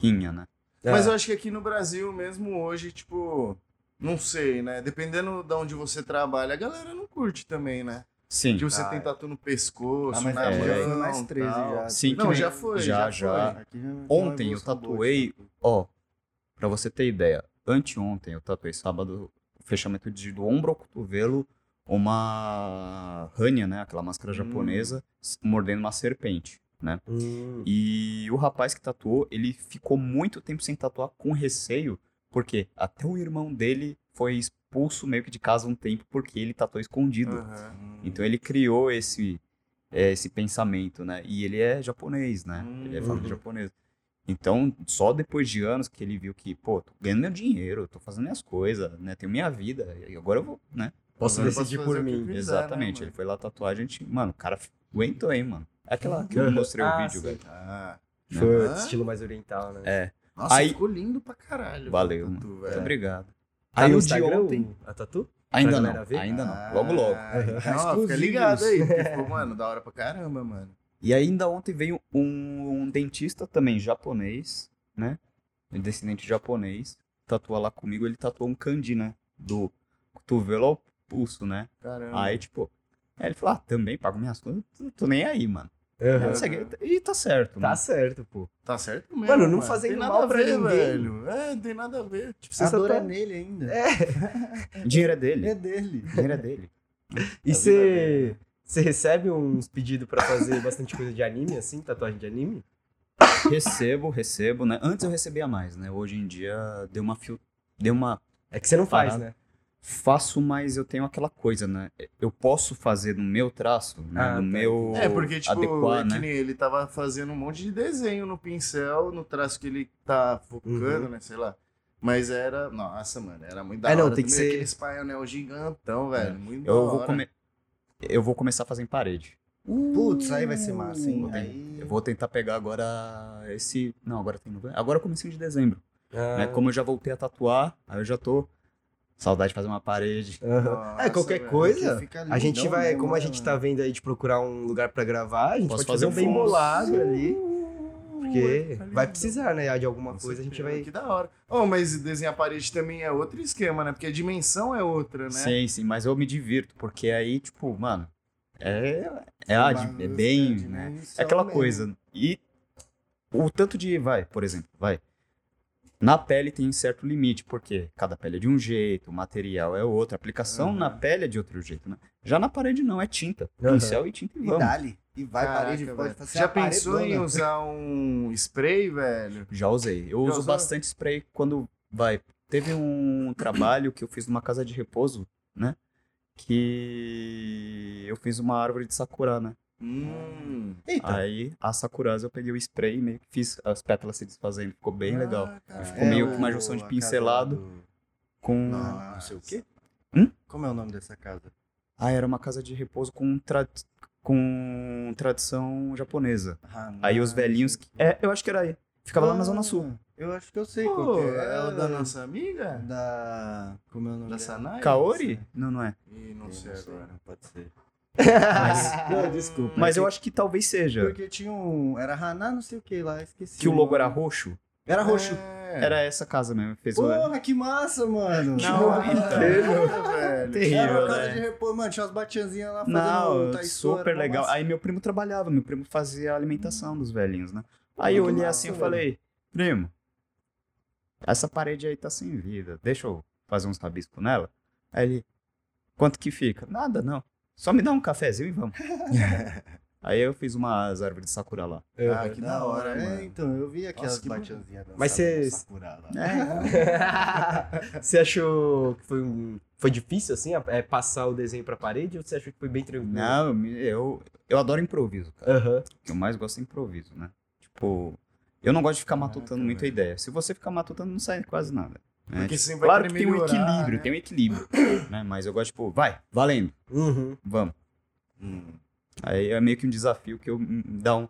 rinha, né?
Mas eu acho que aqui no Brasil, mesmo hoje, tipo, não sei, né? Dependendo de onde você trabalha, a galera não curte também, né?
Sim.
Tipo, você
Ah,
tem
é.
tatu no pescoço,
Ah, mas
na
aqui
é,
mão,
já foi mais 13
tal.
já.
Sim, que
Não,
nem-
já foi, já,
Já, já.
foi.
Aqui já é tem uma
Ontem eu
evolução boa,
tatuei,
tipo.
ó, pra você ter ideia, anteontem eu tatuei sábado, fechamento de, do ombro ao cotovelo, uma Hanya, né, aquela máscara japonesa, s- mordendo uma serpente, né?
Hum,
E o rapaz que tatuou, ele ficou muito tempo sem tatuar com receio, porque até o irmão dele foi expulso meio que de casa um tempo porque ele tatuou escondido.
Aham.
Então ele criou esse é, esse pensamento, né? E ele é japonês, né?
Hum.
Ele é
Uhum.
família japonesa. Então, só depois de anos que ele viu que, pô, tô ganhando meu dinheiro, tô fazendo minhas coisas, né? Tenho minha vida, e agora eu vou, né?
[laughs] posso
Agora eu
decidir
posso
por
fazer o que
mim.
quiser, né,
Exatamente.
mano?
ele foi lá tatuar a gente. Mano, o cara aguentou, hein, mano? É aquela que eu mostrei o
Ah,
vídeo,
sim.
velho.
Ah.
Foi
Aham.
Tá estilo mais oriental, né?
É.
Nossa,
Aí-
ficou lindo pra caralho.
Valeu,
o tatu,
Muito
velho.
obrigado.
Tá
Aí
no
o de
Instagram
ontem.
a tatu?
Ainda
pra galera
não,
ver?
ainda
Ah,
não. Logo, logo.
Não, fica
Exclusivos.
ligado aí,
[laughs]
porque ficou, mano, da hora pra caramba, mano.
E ainda ontem veio um, um dentista também japonês, né? Um descendente japonês, tatuou lá comigo, ele tatuou um kanji, né? Do cotovelo ao pulso, né?
Caramba.
Aí, tipo, aí ele falou, ah, também pago minhas coisas, não tô nem aí, mano.
Aham.
Não sei o quê. E tá certo,
Tá
né?
certo, pô.
Tá certo mesmo.
Mano, não
tem
fazendo
nada
mal
a
pra
ver,
ninguém.
Velho. É, não tem nada a ver.
Tipo,
A
você só
dor
tá-
é nele ainda.
O dinheiro é dele.
É dele.
O dinheiro é dele.
E
a vida
você você recebe uns pedidos pra fazer [laughs] bastante coisa de anime, assim, tatuagem de anime?
Recebo, recebo, né? Antes eu recebia mais, né? Hoje em dia deu uma fil... deu uma
É que você não faz,
Parado.
né?
faço, mas eu tenho aquela coisa, né? Eu posso fazer no meu traço, né?
Ah,
no
tá.
meu
É, porque, tipo,
adequar,
é
né?
que nem ele tava fazendo um monte de desenho no pincel, no traço que ele tá focando, né? Sei lá. Mas era. Nossa, mano, era muito da
Uhum. É, não,
hora
tem que
também,
ser-
Aqueles painel gigantão, velho. Muito
É. Eu
da
vou,
hora.
come- eu vou começar a fazer em parede.
Putz, aí vai ser massa, hein?
Vou ter-
Aí...
Eu vou tentar pegar agora esse. Não, agora tem novembro. Agora eu comecei é de dezembro.
Ah,
né? Como eu já voltei a tatuar, aí eu já tô. Saudade de fazer uma parede.
aham.
Nossa,
[laughs] É, qualquer
velho,
coisa,
que fica
A gente
lindão,
vai,
né,
como a gente
mano?
tá vendo aí de procurar um lugar pra gravar, a gente
Posso
pode fazer
fazer
um
um
bem
fundo.
bolado ali. Porque
ficar
vai
lindo.
precisar, né? De alguma
Com
coisa, a gente
certeza,
vai.
Que da hora. Oh, mas desenhar parede também é outro esquema, né? Porque a dimensão é outra, né?
Sim, sim, mas eu me divirto, porque aí, tipo, mano, é, é, a- é bem. né? É aquela coisa. E o tanto de. Vai, por exemplo, vai. Na pele tem um certo limite, porque cada pele é de um jeito, o material é outro, a aplicação
Aham.
na pele é de outro jeito, né? Já na parede não, é tinta.
Aham.
Pincel e tinta e
E
vamos.
dá-lhe. E vai
Caraca,
parede, pode
velho.
fazer
Já
a paredona.
pensou em usar um spray, velho?
Já usei. Eu
Já
uso
usou?
bastante spray quando vai. Teve um trabalho que eu fiz numa casa de repouso, né? Que eu fiz uma árvore de sakura, né?
Hum.
Eita,
Aí a sakuras eu peguei o spray e meio que fiz as pétalas se desfazendo. Ficou bem legal.
Ah, cara.
Ficou meio que uma junção de
é a casa
pincelado.
do-
Com.
Não, não sei o quê.
Hum?
Como é o nome dessa casa?
Ah, era uma casa de repouso com, tra... com tradição japonesa. Aí
Ah,
os velhinhos. que- É, eu acho que era aí. Ficava lá na Zona Sul.
Eu acho que eu sei qual
Pô,
que é.
é o da
nossa.
nossa amiga?
Da. Como é o nome
Da
dela?
Sanai?
Kaori? Não, não
[laughs]
é.
Ih,
Eu
não sei agora.
Pode ser.
Mas-
Não, desculpa.
Mas eu
Porque-
acho que talvez seja.
Porque tinha um. Era Haná, não sei o que lá, esqueci.
Que o logo era
roxo.
roxo.
Era roxo.
É.
Era essa casa mesmo. Fez o.
Porra, que massa, mano.
Não,
Que
então.
massa, velho.
Terrível,
Era uma casa
né?
de repouso, mano. Tinha umas batianzinhas
Tá
lá fazendo
Não,
taisô, era
super
uma
legal.
massa.
Aí meu primo trabalhava, meu primo fazia a alimentação dos velhinhos, né? Aí eu
Muito
olhei
massa,
assim e
velho.
falei, primo, essa parede aí tá sem vida. Deixa eu fazer uns rabiscos nela. Aí ele, quanto que fica? Nada, não. Só me dá um cafezinho e [laughs] vamos. aí eu fiz umas árvores de sakura lá.
Ah,
Aham.
que da hora,
É,
mano.
então, eu vi aquelas
Nossa, que
batianzinhas dançando
Mas cês-
na Sakura lá.
É,
[laughs] Você achou que foi um. Foi difícil, assim, a- é, passar o desenho pra parede ou você achou que foi bem tranquilo?
não, eu me- eu, eu adoro improviso, cara.
Aham.
O que eu mais gosto é improviso, né? Tipo, eu não gosto de ficar matutando
Caraca,
muito a
velho.
ideia. Se você ficar matutando, não sai quase nada. né?
Porque sempre vai
Claro que
querer
tem um
melhorar,
equilíbrio,
né?
tem um equilíbrio, né? Mas eu gosto, tipo, vai, valendo,
Uhum.
vamos.
Hum.
Aí é meio que um desafio que eu me dá um.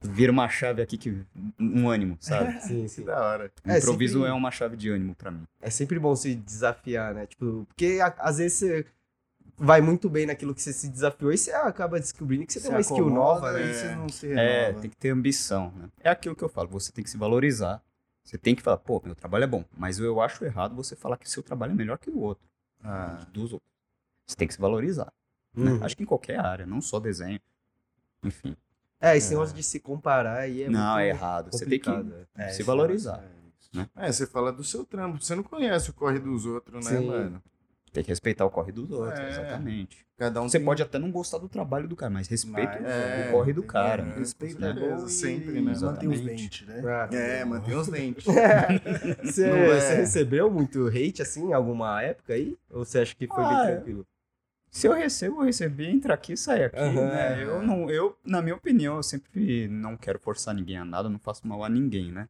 Vira uma chave aqui que. Um ânimo, sabe?
Sim,
Que
sim.
da hora.
[laughs] É,
improviso
sempre-
é uma chave de ânimo pra mim.
É sempre bom se desafiar, né? Tipo, porque a- às vezes você vai muito bem naquilo que você se desafiou e você acaba descobrindo que você tem uma skill nova, né?
E você não se renova.
É, tem que ter ambição, né? É aquilo que eu falo, você tem que se valorizar. Você tem que falar, pô, meu trabalho é bom, mas eu acho errado você falar que seu trabalho é melhor que o outro,
Ah,
dos outros. Você tem que se valorizar. né?
Uhum.
Acho que em qualquer área, não só desenho. Enfim.
É, esse negócio de se comparar aí é
não,
muito
é errado. Você tem que
complicado, é.
É,
se
isso,
valorizar.
é isso.
É, você fala do seu trampo. Você não conhece o corre dos outros, né,
Sim.
mano?
Tem que respeitar o corre dos outros,
É.
exatamente.
Cada um
Então, Você
tem-
pode até não gostar do trabalho do cara, mas respeita
Mas,
o-
é,
o corre do
tem que-
cara. né?
é.
Respeito
Com
é
certeza,
bom e
sempre, né?
manter os
Exatamente.
dentes, né?
Ah.
É, manter os
[laughs]
dentes.
Você
Não é.
você recebeu muito hate assim em alguma época aí? Ou você acha que foi
Ah,
bem
é.
tranquilo?
Se eu recebo, eu recebi, entra aqui, sai aqui,
Aham.
né? Eu não, eu, na minha opinião, eu sempre não quero forçar ninguém a nada, não faço mal a ninguém, né?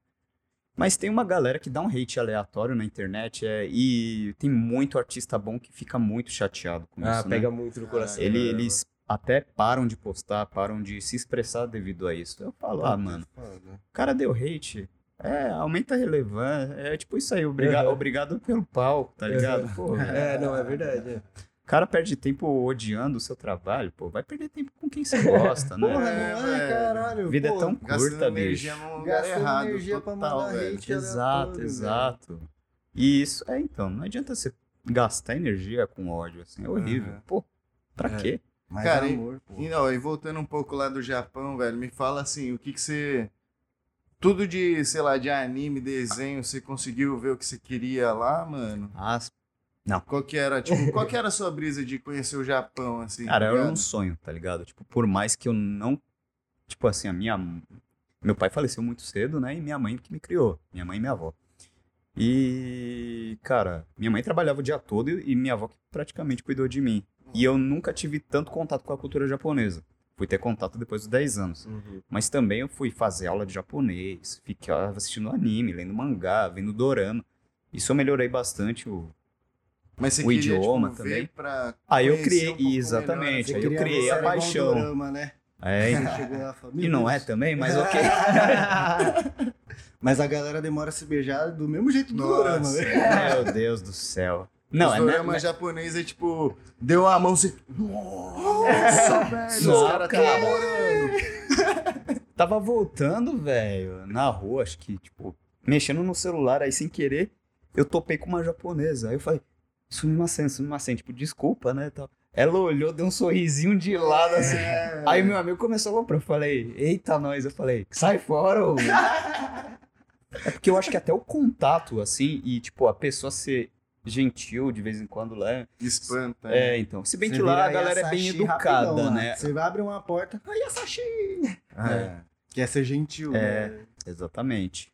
Mas tem uma galera que dá um hate aleatório na internet é, e tem muito artista bom que fica muito chateado com
Ah,
isso. né?
pega muito no coração.
Ele-
né?
eles até param de postar, param de se expressar devido a isso. Eu falo, ah, mano,
Foda.
o cara deu hate. É, aumenta a relevância. É tipo isso aí, obriga
Uhum.
obrigado pelo palco, tá
Uhum.
ligado? Pô,
É, não, é verdade. é.
o cara perde tempo odiando o seu trabalho, pô, vai perder tempo com quem você gosta, né?
Porra, não é,
velho.
caralho.
a vida é
pô. é
tão
Gastando
curta, bicho.
energia num lugar
Gastando
errado.
energia pra
total,
mandar
velho.
hate aleatório,
Exato,
é velho.
exato. E isso, é então, não adianta você gastar energia com ódio, assim, é horrível.
Uhum.
Pô, pra
É.
quê?
Mas
Cara,
amor, pô.
E, não, e voltando um pouco lá do Japão, velho, me fala assim, o que que você... Tudo de, sei lá, de anime, desenho, você conseguiu ver o que você queria lá, mano?
Ah,
Qual que era,
[laughs]
tipo, qual que era a sua brisa de conhecer o Japão, assim? tá
Cara, era um
ligado?
sonho, tá ligado? Tipo, por mais que eu não. Tipo assim, a minha. Meu pai faleceu muito cedo, né? E minha mãe que me criou. Minha mãe e minha avó. E, cara, minha mãe trabalhava o dia todo e e minha avó que praticamente cuidou de mim. E eu nunca tive tanto contato com a cultura japonesa. Fui ter contato depois dos 10 anos.
Uhum.
Mas também eu fui fazer aula de japonês, ficava assistindo anime, lendo mangá, vendo dorama. Isso eu melhorei bastante
[laughs]
o,
Mas você
o
queria,
idioma
tipo,
também.
ver pra
Aí eu
conhecer
criei,
um pouco melhor,
exatamente,
assim,
aí eu
queria
criei a
mostrar
Era igual um
paixão.
dorama, né?
É, [laughs] e-
Você chegou lá e falou,
e
"Meu
não
Deus."
é também, mas
[laughs]
ok.
Mas a galera demora a se beijar do mesmo jeito do
Nossa.
dorama, né? velho.
Meu Deus do céu. Não,
Os
é
dorama
na-
japonês é tipo, deu a mão, você... Nossa, velho, [laughs] os
Nossa,
caras tá
cara.
namorando.
Tava voltando, velho, na rua, acho que, tipo, mexendo no celular aí sem querer, eu topei com uma japonesa. Aí eu falei, sumimasen, sumimasen, tipo, desculpa, né, tal. Ela olhou, deu um sorrisinho de lado, assim. Aí meu amigo começou a comprar, eu falei, eita, nós. Eu falei, sai fora, ô. É porque eu acho que até o contato, assim, e, tipo, a pessoa ser gentil de vez em quando lá. É,
Espanta. né?
é, então. Se bem que lá a galera é bem educada, né?
Você vai abrir uma porta, aí a Sashi!
É.
Quer ser gentil,
É.
né?
Exatamente.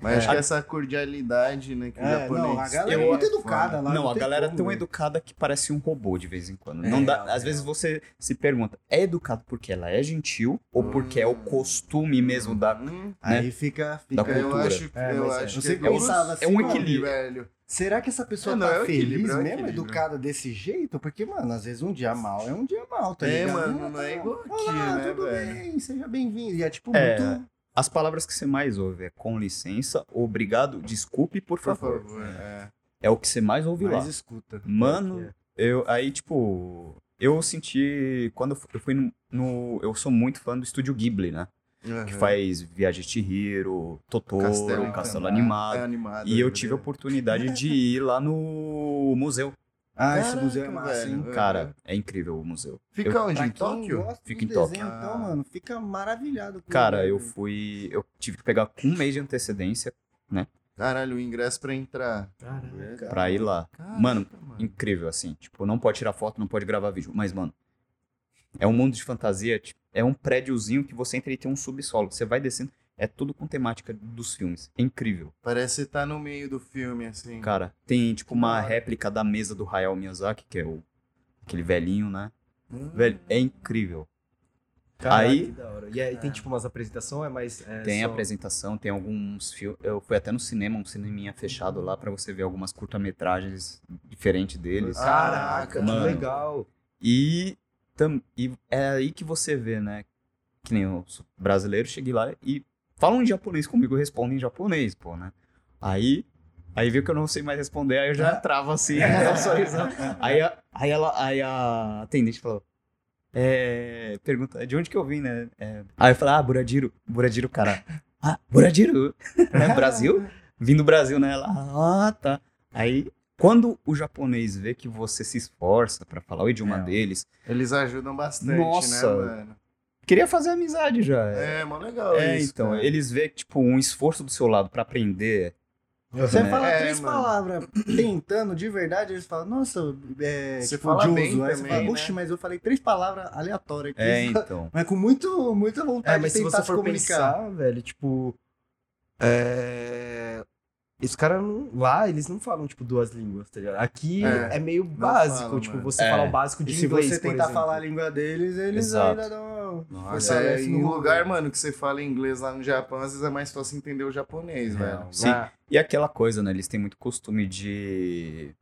Mas acho que essa cordialidade, né, que o
É,
japonês...
não, a galera
Eu-
é muito educada lá.
não, a
tem
galera é
como,
tão
velho.
educada que parece um robô de vez em quando.
É,
Não dá,
real,
às vezes você se pergunta, é educado porque ela é gentil ou porque é o
Hum.
costume mesmo da.
Hum,
né?
Aí fica... fica
Da cultura.
Eu acho que...
É,
eu
mas é.
acho
Você
que é um-
pensava
é um
assim, mano,
equilíbrio.
velho.
Será que essa pessoa
É, não,
tá
é o
feliz
equilíbrio, é o
mesmo,
equilíbrio.
educada desse jeito? Porque, mano, às vezes um dia mal é um dia mal, tá
É,
ligado?
mano,
Ah,
não é
tá.
igual aqui,
Olá,
né,
tudo
velho?
bem, seja bem-vindo. E é tipo
É.
muito...
As palavras que você mais ouve é com licença, obrigado, desculpe, por
Por
favor.
favor, é.
É o que você mais ouve lá.
Mas escuta. É.
Mano, eu aí tipo, eu senti quando eu fu- eu fui no, no- eu sou muito fã do estúdio Ghibli, né? Que
Aham.
faz Viagem de Chihiro, Totoro,
Castelo
Castelo,
Animado. É
Animado.
animado.
E eu
né,
tive a
velho?
oportunidade
[laughs]
de ir lá no museu.
Ah,
Caraca,
esse museu é massa,
velho.
hein?
É.
Cara, é incrível o museu.
Fica
eu-
onde?
Pra
Em
quem
Tóquio?
gosta
Fica
do
em Tóquio.
desenho,
Ah.
então, mano, fica maravilhado. com
Cara,
ele.
eu fui, eu tive que pegar com um mês de antecedência
Caralho, o ingresso pra entrar.
Caraca.
pra ir lá.
Caraca,
Mano, Incrível assim, tipo, não pode tirar foto, não pode gravar vídeo, mas mano, é um mundo de fantasia, tipo, é um prédiozinho que você entra e tem um subsolo, você vai descendo, é tudo com temática dos filmes. É incrível.
Parece estar no meio do filme, assim.
Cara, tem tipo uma
Da hora.
réplica da mesa do Hayao Miyazaki, que é o aquele velhinho, né?
Hum.
Velho, é incrível.
Caraca,
Aí-
que da hora. E aí tem tipo umas apresentações, mas. É,
Tem
só-
apresentação, tem alguns filmes. Eu fui até no cinema, um cineminha fechado lá pra você ver algumas curta-metragens diferentes deles.
Ah,
Caraca, que
Mano.
legal.
E, tam, e é aí que você vê, né? Que nem eu sou brasileiro, cheguei lá e falam em japonês comigo, respondem em japonês, pô, né? Aí, aí viu que eu não sei mais responder, aí eu já trava assim, dá um sorrisão. Aí, a- aí, ela, aí a atendente falou. É, pergunta, de onde que eu vim, né? É, aí eu falei, ah, Buradiro, Buradiro, cara. Ah, Buradiro, [laughs] né? Brasil? Vim do Brasil, né? Ela, ah, tá. Aí, quando o japonês vê que você se esforça pra falar o idioma
É.
deles,
Eles ajudam bastante,
Nossa.
né, mano?
queria fazer amizade já.
É, mó legal
É,
isso. né?
então,
cara.
eles vê tipo um esforço do seu lado pra aprender.
Você
né?
fala
É,
três
mano.
palavras [clears throat] tentando de verdade, eles falam, nossa, é,
Você
tipo,
fala
Joso.
bem
Aí você
também,
fala,
né?
"Oxe, mas eu falei três palavras aleatórias aqui.
É, então.
[laughs] Mas com muito, muita vontade
É, mas
de
se
tentar
você
se
for
comunicar.
pensar, velho, tipo. É. Esses caras não. Lá, eles não falam, tipo, duas línguas, tá ligado? Aqui
É.
é, meio básico,
falam,
tipo,
mano.
você
É.
falar o básico de
e se
inglês,
você
por
tentar
exemplo.
falar a língua deles, eles
Exato.
ainda dão uma
Nossa,
fortalece
é, em
no
um lugar, mano, que você fala inglês lá no Japão, às vezes é mais fácil entender o japonês, velho.
Sim.
Ah,
E aquela coisa, né? Eles têm muito costume de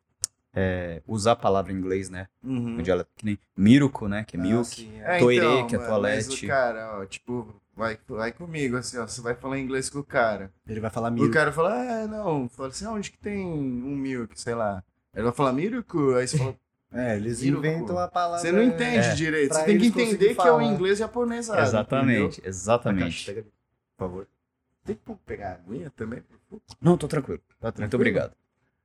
é, usar a palavra em inglês, né?
Uhum.
O dialeto que nem Miruko, né? Que é
Ah,
milk.
sim, é.
É,
Toire,
então,
que é
mano, Mas
toalete.
o cara, ó, tipo, vai, vai comigo, assim, ó. Você vai falar inglês com o cara.
Ele vai falar
O
milho.
cara fala, ah, não, fala assim, onde que tem um milk, sei lá. Ele vai falar miruku, aí você
[laughs]
fala,
É, eles
Milho,
inventam
pô.
a palavra.
você não entende
É.
direito,
Pra
você tem que
eles conseguir
entender que é o
falar.
inglês japonesado.
Exatamente,
Takashi,
exatamente.
pega ali, por favor.
Tem como pegar
entendeu? Minha também.
Não, tô tranquilo.
Tá
Muito
tranquilo?
obrigado.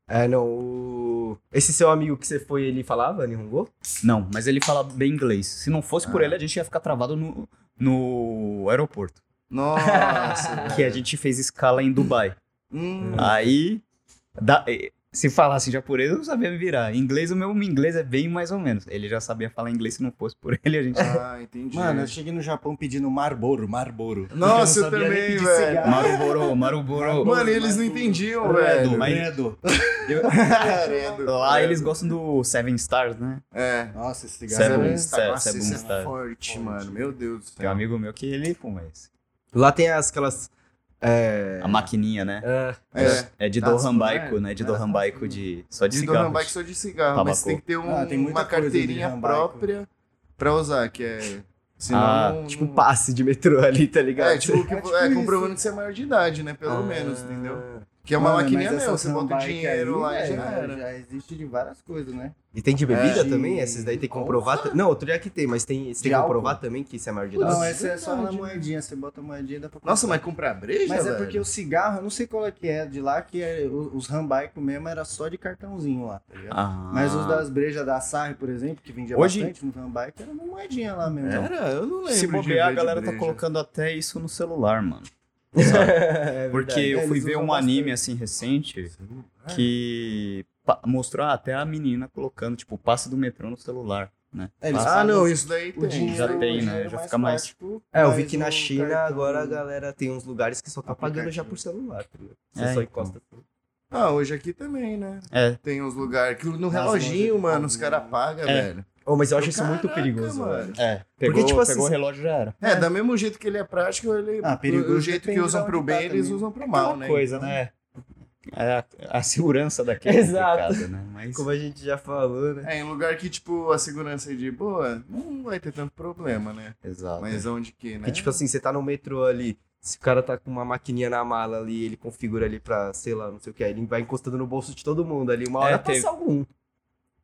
É, não, o... Esse seu amigo que você foi, ele falava Nihongo?
Não, mas ele fala bem inglês. Se não fosse por
Ah.
ele, a gente ia ficar travado no, no aeroporto.
Nossa,
[laughs] Que é. a
velho.
gente fez escala em Dubai. [laughs]
Hum,
Aí, da- eh, se falasse em japonês, eu não sabia me virar. Em inglês, o meu inglês é bem mais ou menos. Ele já sabia falar inglês, se não fosse por ele, a gente...
Ah, entendi.
Mano, eu cheguei no Japão pedindo Marboro, Marboro.
Nossa, eu
Porque não sabia
também,
nem pedir
velho.
cigarro.
Maruboro, Maruboro.
Mano, eles não entendiam,
Credo,
[laughs]
Tá
velho. Tá
mas-
[laughs] Medo.
Credo,
Lá
É.
credo.
eles gostam do Seven Stars, né?
É.
Nossa, esse
Isso é
cigarro.
bom,
Nossa,
isso é-
nossa,
isso é
isso
bom, tá?
forte, mano. Meu Deus do
Tem um
céu.
amigo meu que ele fuma esse.
Lá tem as, aquelas. É.
A maquininha, né?
é,
É.
É de
Tatsu,
Dohambaico,
né?
né? De
Era
Dohambaico de... Só de
De
cigarro.
Donan Bike sou de cigarro, mas
Tabaco.
tem que ter um-
Tá Ah, tem muita
uma
coisa de
carteirinha
Donan Bike.
própria pra usar, que é Senão,
Ah,
não-
Tipo
não-
um passe de metrô [laughs] ali, tá ligado?
É, tipo, que,
É, tipo
é,
isso.
comprovando que você é maior de idade, né? Pelo
Ah,
menos, entendeu? Que é uma
Mano,
maquininha
mas essa
mesmo, você bota o
Sambai que
dinheiro
aí, é,
lá e
velho,
já era.
Já existe de várias coisas, né?
E tem de bebida
É.
também?
De-
Esses daí tem que comprovar. ta- Não, outro dia que tem, mas tem, você
De
tem que comprovar
álcool?
também que isso é maior de idade?
Não, essa é só na
verdade.
moedinha. Você bota a moedinha e dá pra comprar.
Nossa, mas comprar breja,
Mas é
velho?
porque o cigarro, eu não sei qual é que é de lá, que é, o- os rambaico mesmo era só de cartãozinho lá, tá ligado?
Ah.
Mas os das brejas da Sarre, por exemplo, que vendia
Hoje-
bastante no rambaico, era uma moedinha lá mesmo.
Era, eu não lembro.
Se
de
bobear,
ver
a
de
galera tá
breja.
colocando até isso no
[laughs]
celular, mano.
[laughs] É
Porque
verdade.
eu fui
eles
ver
usam
um
bastante.
anime assim recente que pa- mostrou até a menina colocando, tipo, o passe do metrô no celular, né?
É, eles
Passe-
Ah,
fazem
não,
os-
isso daí
o
tem.
dinheiro,
já tem,
o
né?
dinheiro
Já fica mais-
prático,
É, eu vi
mas um
que na
o
China
cartão-
agora a galera tem uns lugares que só tá pagando já por celular. tá ligado? Você
É,
só
então.
encosta. assim.
Ah, hoje aqui também, né?
É.
Tem uns lugares que no
Nas
reloginho,
lojas de
mano, os
Paulinho.
caras pagam,
É.
velho.
Oh, mas eu acho isso muito
Caraca,
perigoso,
mano.
velho.
É,
Porque,
pegou,
tipo assim,
pegou o
se-
relógio já era.
É, da mesmo jeito que ele é prático, ele.
Ah, perigoso
o jeito que
depende
usam
de
pro
onde tá
bem, eles
também.
usam pro mal,
É Aquela
né?
coisa, né? É a, a segurança daquela
Exato.
Exato. né? Mas
Como é a gente já falou, né?
É, em lugar que, tipo, a segurança é de boa, não vai ter tanto problema, né?
Exato.
Mas onde que, né?
Porque, tipo assim, você tá no metrô ali, se o cara tá com uma maquininha na mala ali, ele configura ali pra, sei lá, não sei o que, aí ele vai encostando no bolso de todo mundo ali, uma
É,
hora
teve-
passa algum.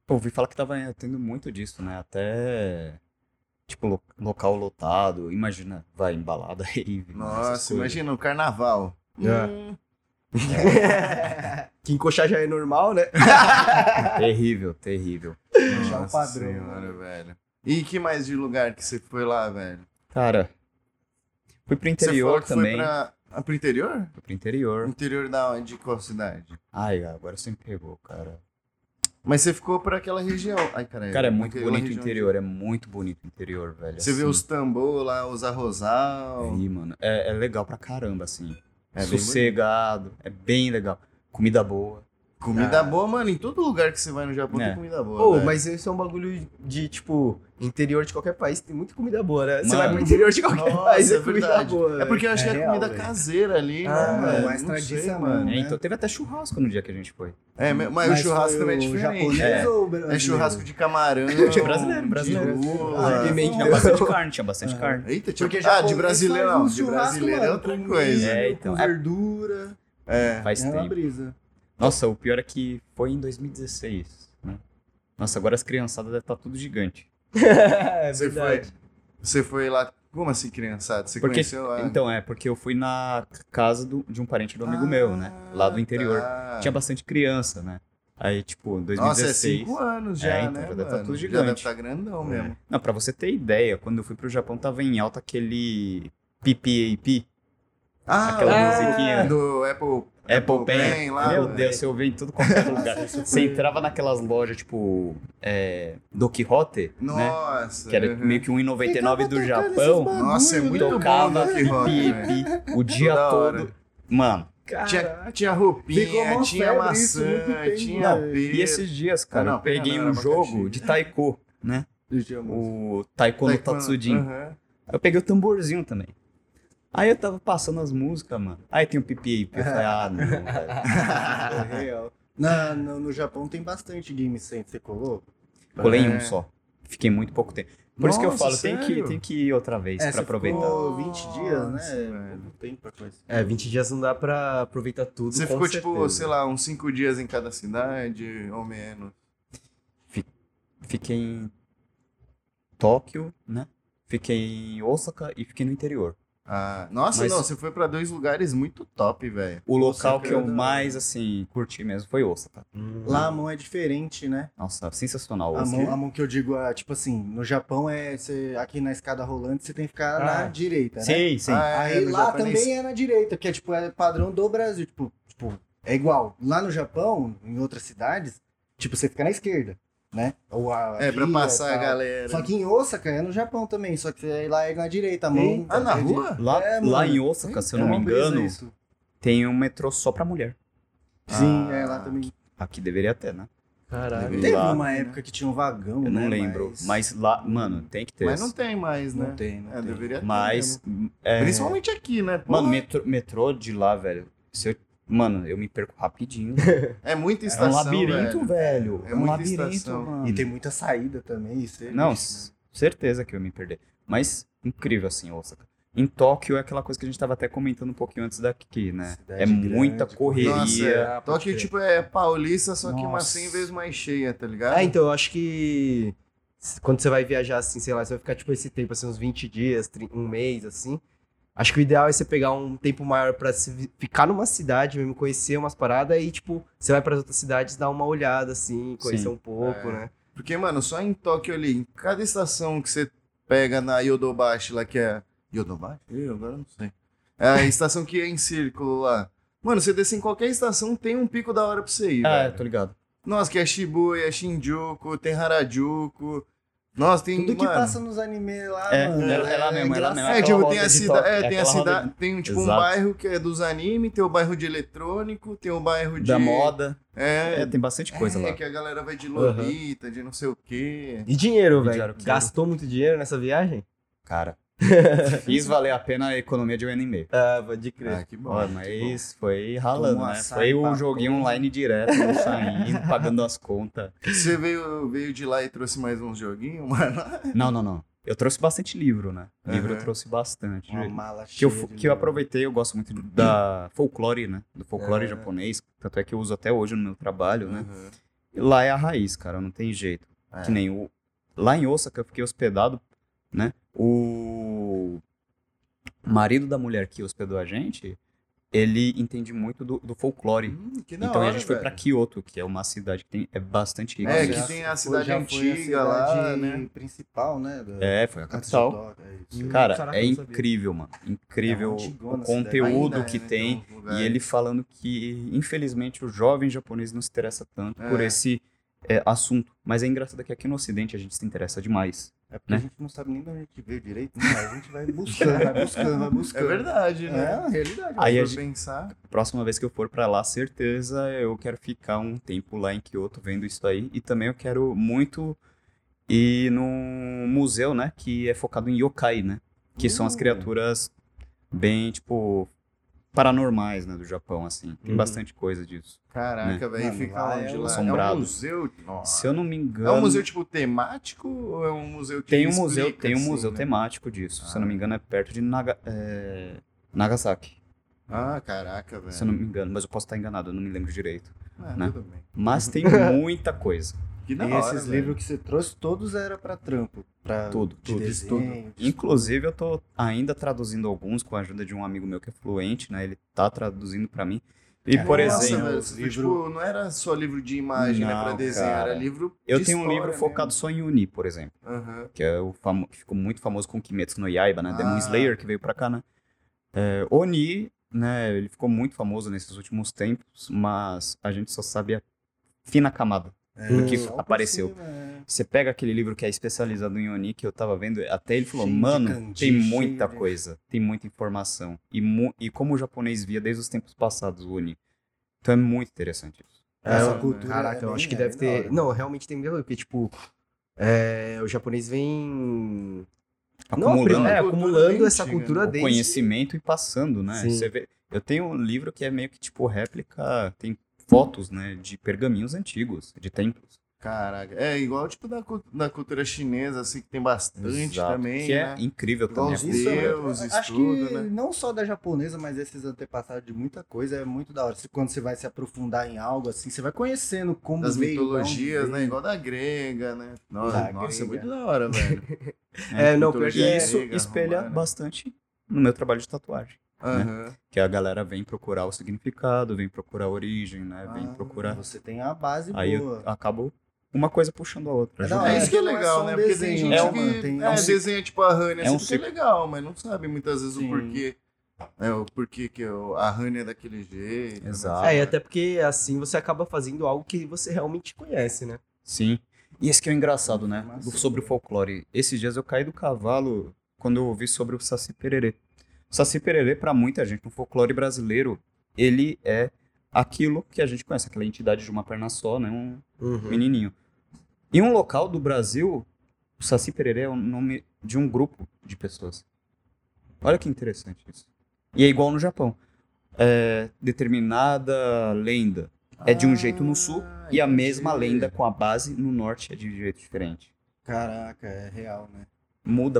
Pô, ouvi falar que tava tendo muito disso, né? Até tipo lo- local lotado, imagina, vai embalada aí.
Nossa, imagina um carnaval.
É. que encoxar já é normal, né?
[laughs] Terrível, terrível.
Já o
Nossa
padrão,
senhora,
né?
velho. E que mais de lugar que você foi lá, velho?
Cara, fui pro
Você falou
interior
que
também.
Foi pra... ah, pro interior?
Fui pro interior.
Interior da onde? De qual cidade?
Ai, agora você me pegou, cara.
Mas você ficou pra aquela região. Ai, caralho.
Cara, é muito
aquela
bonito o
região
interior, é muito bonito o interior, velho.
de- um Você
assim.
vê os tambor lá, os arrozal.
Vi, mano. É, é legal pra caramba, assim.
É bem
Sossegado, é bem legal. Comida boa.
Comida
Ah.
boa, mano. Em todo lugar que você vai no Japão
É.
tem comida boa.
Pô,
velho.
mas isso é um bagulho de, tipo, interior de qualquer país, tem muita comida boa, né? Você
Mano.
vai pro interior de qualquer
Nossa,
país,
é
é comida
verdade.
boa.
É porque eu acho
É
que é
real,
comida
velho.
caseira ali,
Ah,
né? velho?
mais
Não sei,
tradicional,
mano.
né?
É, então teve até churrasco no dia que a gente foi.
É, mas, o churrasco
foi
também é diferente.
japonês
É.
ou brasileiro?
É churrasco de camarão.
brasileiro, brasileiro.
De
Ah,
lula.
de pimentão.
Tinha bastante carne, tinha bastante
Ah.
carne.
Eita, tinha...
Porque
ah,
japonês
de brasileiro
faz
não.
um
De
churrasco,
brasileiro é
mano,
outra
com
coisa.
É,
milho,
então,
Com
é-
verdura.
É.
Faz
É uma
tempo.
brisa.
Nossa, o pior é que foi em 2016, né? Nossa, agora as criançadas devem estar tudo gigante.
[laughs] é
Você
verdade.
Você foi lá. Como assim, criançada? Você
Porque-
conheceu a.
Então, é, porque eu fui na casa do- de um parente do amigo meu, né? Lá do interior.
Ah, tá.
Tinha bastante criança, né? Aí, tipo, em
Nossa, é
2016.
cinco anos já,
É, então,
né?
já deve tá
mano?
tudo
Já deve
gigante. É.
estar grandão mesmo.
né? Não, pra você ter ideia, quando eu fui pro Japão tava em alta aquele PPAP,
Ah,
aquela
o-
musiquinha
do Apple.
Apple Pay.
lá.
Meu
velho.
Deus, você ouvia em todo
[laughs]
qualquer lugar. Você entrava naquelas lojas, tipo, é, do Quixote, né?
Nossa. Então,
Que era
uhum.
meio que 1,99 do
Ficava tocando
Japão.
esses
Nossa, é muito
Tocava
bom, né, Quixote,
PPAP o dia
Toda hora.
todo. Mano,
Tinha,
Cara,
tinha
Ficou
roupinha,
mó
tinha
febre
maçã,
isso, muito bem,
tinha
velho.
pera.
e esses dias, cara,
Ah, não,
eu peguei
pera, não,
um
era
jogo
abacaxi.
de taiko, né? O taiko no
Taekwondo,
Tatsujin.
aham.
Aí Eu peguei o tamborzinho também. Aí eu tava passando as músicas, mano. Aí tem o pipi Eu falei, ah,
[laughs]
não, velho.
É real. Na, no, no Japão tem bastante Game Center, você colou?
Colei em
É.
um só. Fiquei muito pouco tempo. Por isso que eu
Nossa,
falo, tem que,
sério?
tem que ir outra vez
É,
pra
você
aproveitar.
Ficou 20 dias,
Nossa,
né?
velho.
Não tem pra conhecer.
É, 20 dias não dá pra aproveitar tudo.
Você
com
ficou,
certeza.
tipo, sei lá, uns cinco dias em cada cidade, ou menos.
Fiquei em Tóquio, né? Fiquei em Osaka e fiquei no interior.
Ah, nossa,
Mas-
não, você foi pra dois lugares muito top, velho.
O local
Osaka
que
é
eu
né?
da hora.
mais, assim, curti mesmo foi Osaka.
Hum.
Lá a mão é diferente, né?
Nossa, sensacional.
A
Osaka.
mão, a mão que eu digo, ah, tipo assim, no Japão é você, aqui na escada rolante você tem que ficar
Ah.
na direita, né?
Sim, sim.
Ah, é,
Aí
no
lá
japonês.
também é na direita, que é tipo é padrão do Brasil, tipo, tipo, é igual. Lá no Japão, em outras cidades, tipo você fica na esquerda, né? Ou a
É, pra
via,
passar a
tal.
galera.
Só que em Osaka é no Japão também, só que aí lá é na direita, a mão.
Ah, na
é de-
rua?
Lá,
É,
lá
mano.
em Osaka, se eu
É
não me
uma brisa
engano,
isso.
tem um metrô só pra mulher.
Sim,
Ah.
é lá também.
Aqui deveria ter, né?
Caralho.
Teve
lá,
uma época que tinha um vagão,
Eu
né?
não lembro. Mas lá, mano, tem que ter.
Mas não tem mais, né?
não tem, não
É,
tem.
deveria ter.
Mas.
mesmo.
é,
Principalmente aqui, né? Pô,
Mano, metrô, metrô de lá, velho. se eu- mano, eu me perco rapidinho.
é muita
É um
estação,
labirinto, velho.
É
É, um
muita
labirinto,
estação.
mano.
E tem muita saída também, isso é
Não,
isso, né?
c- certeza que eu ia me perder. Mas incrível, assim, Osaka. Em Tóquio é aquela coisa que a gente tava até comentando um pouquinho antes daqui, né?
Cidade
é muita
grande,
correria.
Nossa, Tóquio,
crer.
tipo, é paulista, só que uma
Nossa.
100 vezes mais cheia, tá ligado?
Ah, então, eu acho que s- quando você vai viajar, assim, sei lá, você vai ficar, tipo, esse tempo, assim, uns 20 dias, 30 um mês, assim. Acho que o ideal é você pegar um tempo maior pra se vi- ficar numa cidade mesmo, conhecer umas paradas e, tipo, você vai pras outras cidades dar uma olhada, assim, conhecer
Sim.
um pouco,
É.
né?
Porque, mano, só em Tóquio ali, em cada estação que você pega na Yodobashi lá, que é. Yodobashi? Ih, agora eu não sei. É a estação que é em círculo lá. Mano, você desce em qualquer estação, tem um pico da hora pra você ir.
Ah,
velho.
tô ligado.
Nossa, que é Shibuya, Shinjuku, tem Harajuku. Nossa, tem.
Tudo que
mano,
passa nos animes lá,
É,
mano.
é- é lá mesmo, é lá mesmo.
Ah, É,
aquela
tipo, tem
roda
a
de
cidade.
Tóquio,
É,
é
tem a
aquela roda
cidade. Tem tipo um
Exato.
bairro que é dos anime, tem o bairro de eletrônico, tem o bairro de.
Da moda.
É,
É, tem bastante coisa
é,
lá.
que a galera vai de Lolita, de não sei o quê.
E dinheiro,
E
velho.
dinheiro, claro.
Gastou muito dinheiro nessa viagem?
Cara,
[laughs]
fiz valer a pena a economia de um ano e meio.
Ah, pode crer.
Ah, que bom.
Ó,
que bom.
mas foi ralando,
Tomou
né?
açaí
Foi
pra
o joguinho
porra.
online direto, eu
[laughs]
saindo, pagando as contas.
Você veio, veio de lá e trouxe mais uns joguinhos, [laughs] mano?
Não, não, não. Eu trouxe bastante livro, né? Livro eu
Aham.
trouxe bastante.
Uma é mala
que eu,
cheia
fu-
de
que eu
livro.
aproveitei, eu gosto muito da folclore, né? Do folclore
É.
japonês, tanto é que eu uso até hoje no meu trabalho, né? E Lá é a raiz, cara, não tem jeito.
É.
Que nem o... Lá em Osaka eu fiquei hospedado, né? O marido da mulher que hospedou a gente, ele entende muito do, do folclore.
Hum, que da
Então
hora,
a gente foi pra
velho.
Kyoto, que é uma cidade que tem, é bastante rica.
É,
né?
que tem a cidade
já foi a
antiga lá,
cidade
né?
principal, né? da-
É, foi a capital.
Katsudoka, é isso.
Cara,
Caraca,
é
eu não sabia.
incrível, mano.
É
Incrível
uma
o
antigona
conteúdo
Ainda
que
é, né,
tem.
um lugar.
E ele falando que, infelizmente, o jovem japonês não se interessa tanto por
É.
esse é, assunto. Mas é engraçado que aqui no Ocidente a gente se interessa demais.
É porque a
né?
gente não sabe nem de onde a gente veio direito, né? a gente vai buscando,
[laughs]
vai buscando, vai
É
buscando.
verdade, né?
É a realidade.
Aí
Se
a
for
gente-
pensar.
Próxima vez que eu for pra lá, certeza eu quero ficar um tempo lá em Kyoto vendo isso aí. E também eu quero muito ir num museu, né? Que é focado em yokai, né? Que são as
Hum.
criaturas bem, tipo, paranormais, né? Do Japão, assim. Tem
Uhum.
bastante coisa disso. né?
Caraca, velho,
Mano,
fica
lá
onde
é
lá? É um
assombrado.
museu? Nossa.
Se eu não me
É
engano.
um museu, tipo, temático ou é um museu que
tem um
explica,
museu, tem um
assim,
museu
né?
temático disso. Se eu não
Ah.
me engano, é perto de Naga- é, Nagasaki.
Ah, caraca, velho.
Se eu não me engano, mas eu posso estar enganado, eu não me lembro direito.
Ah,
né?
tudo bem. [laughs]
Mas tem muita coisa.
Que da
E
hora,
esses
velho.
livros que você trouxe, todos era pra trampo. Pra
Tudo,
de
tudo,
desenho, de-
Inclusive, eu tô ainda traduzindo alguns com a ajuda de um amigo meu que é fluente, né? Ele tá traduzindo pra mim. E, por
Nossa,
exemplo,
velho,
os
tipo,
livros-
não era só livro de imagem, né, pra
Não,
desenho,
cara.
era livro
eu
de
tenho um
história né?
livro focado
mesmo.
só em Uni, por exemplo.
Aham.
que é o famo... que ficou muito famoso com Kimetsu no Yaiba, né?
Ah.
Demon Slayer, que veio pra cá, né? É, Oni, né? Ele ficou muito famoso nesses últimos tempos, mas a gente só sabe a fina camada.
É,
do que
só por
apareceu.
cima, é.
Você pega aquele livro que é especializado em Oni, que eu tava vendo, até ele falou,
Cheio de
mano,
kanji,
tem muita
cheio de-
coisa, tem muita informação. E, mu- e como o japonês via desde os tempos passados o Oni. Então é muito interessante isso.
Essa
É,
cultura
Caraca,
é
eu
bem-
acho que
é
deve
bem da
ter.
hora.
Não, realmente tem mesmo, porque, tipo, é, o japonês vem
Acumulando
Não, é,
Cultura
acumulando
bem
essa
antiga,
cultura
né?
o
desde...
conhecimento e passando, né?
Sim.
Você vê, eu tenho um livro que é meio que tipo réplica, tem fotos, né, de pergaminhos antigos, de templos.
Caraca. É igual, tipo, da, cu- da cultura chinesa, assim, que tem bastante
Exato.
também,
que
né?
é incrível também.
Igual
a
os
Isso
cultura.
é-
Deus,
acho
estudo,
que
né?
não só da japonesa, mas esses antepassados de muita coisa é muito da hora. Se- Quando você vai se aprofundar em algo assim, você vai conhecendo
um
como
Das
é
veio, da
mitologias,
onde
né? Igual da grega, né? Nossa,
Da
nossa, é
grega.
muito da hora,
[laughs] Né?
velho.
É, não, pior que
Mitologia
E
é.
isso
grega,
espelha
né?
romana.
bastante no meu trabalho de tatuagem,
Aham.
que a galera vem procurar o significado, vem procurar a origem, né, vem
Ah,
veio.
procurar.
Você tem a base
Aí
boa.
eu acabo uma coisa puxando a outra.
É da
ajudando.
hora.
É isso que é
Não é
legal,
só um
né? Porque tem
desenho,
gente
né,
que
mano? Tem-
é,
é um ciclo.
desenha tipo a Rania,
É
assim,
um
porque é
ciclo.
legal, mas não sabe muitas vezes
Sim.
o porquê. É, o porquê que o- a Rania é daquele jeito. né?
Exato.
É, e até porque assim você acaba fazendo algo que você realmente conhece, né?
Sim. E esse que é o engraçado, né?
Massa,
Do- sobre o
cara.
folclore. Esses dias eu caí do cavalo quando eu ouvi sobre o Saci Pererê. O Saci Pererê, pra muita gente, no folclore brasileiro, ele é aquilo que a gente conhece, aquela entidade de uma perna só, né? Um
Uhum.
menininho. Em um local do Brasil, o Saci Pererê é o nome de um grupo de pessoas. Olha que interessante isso. E é igual no Japão. É, determinada lenda é de um jeito no sul
Ah,
e a
entendi.
mesma lenda com a base no norte é de um jeito diferente.
Caraca, é real, né?
Muda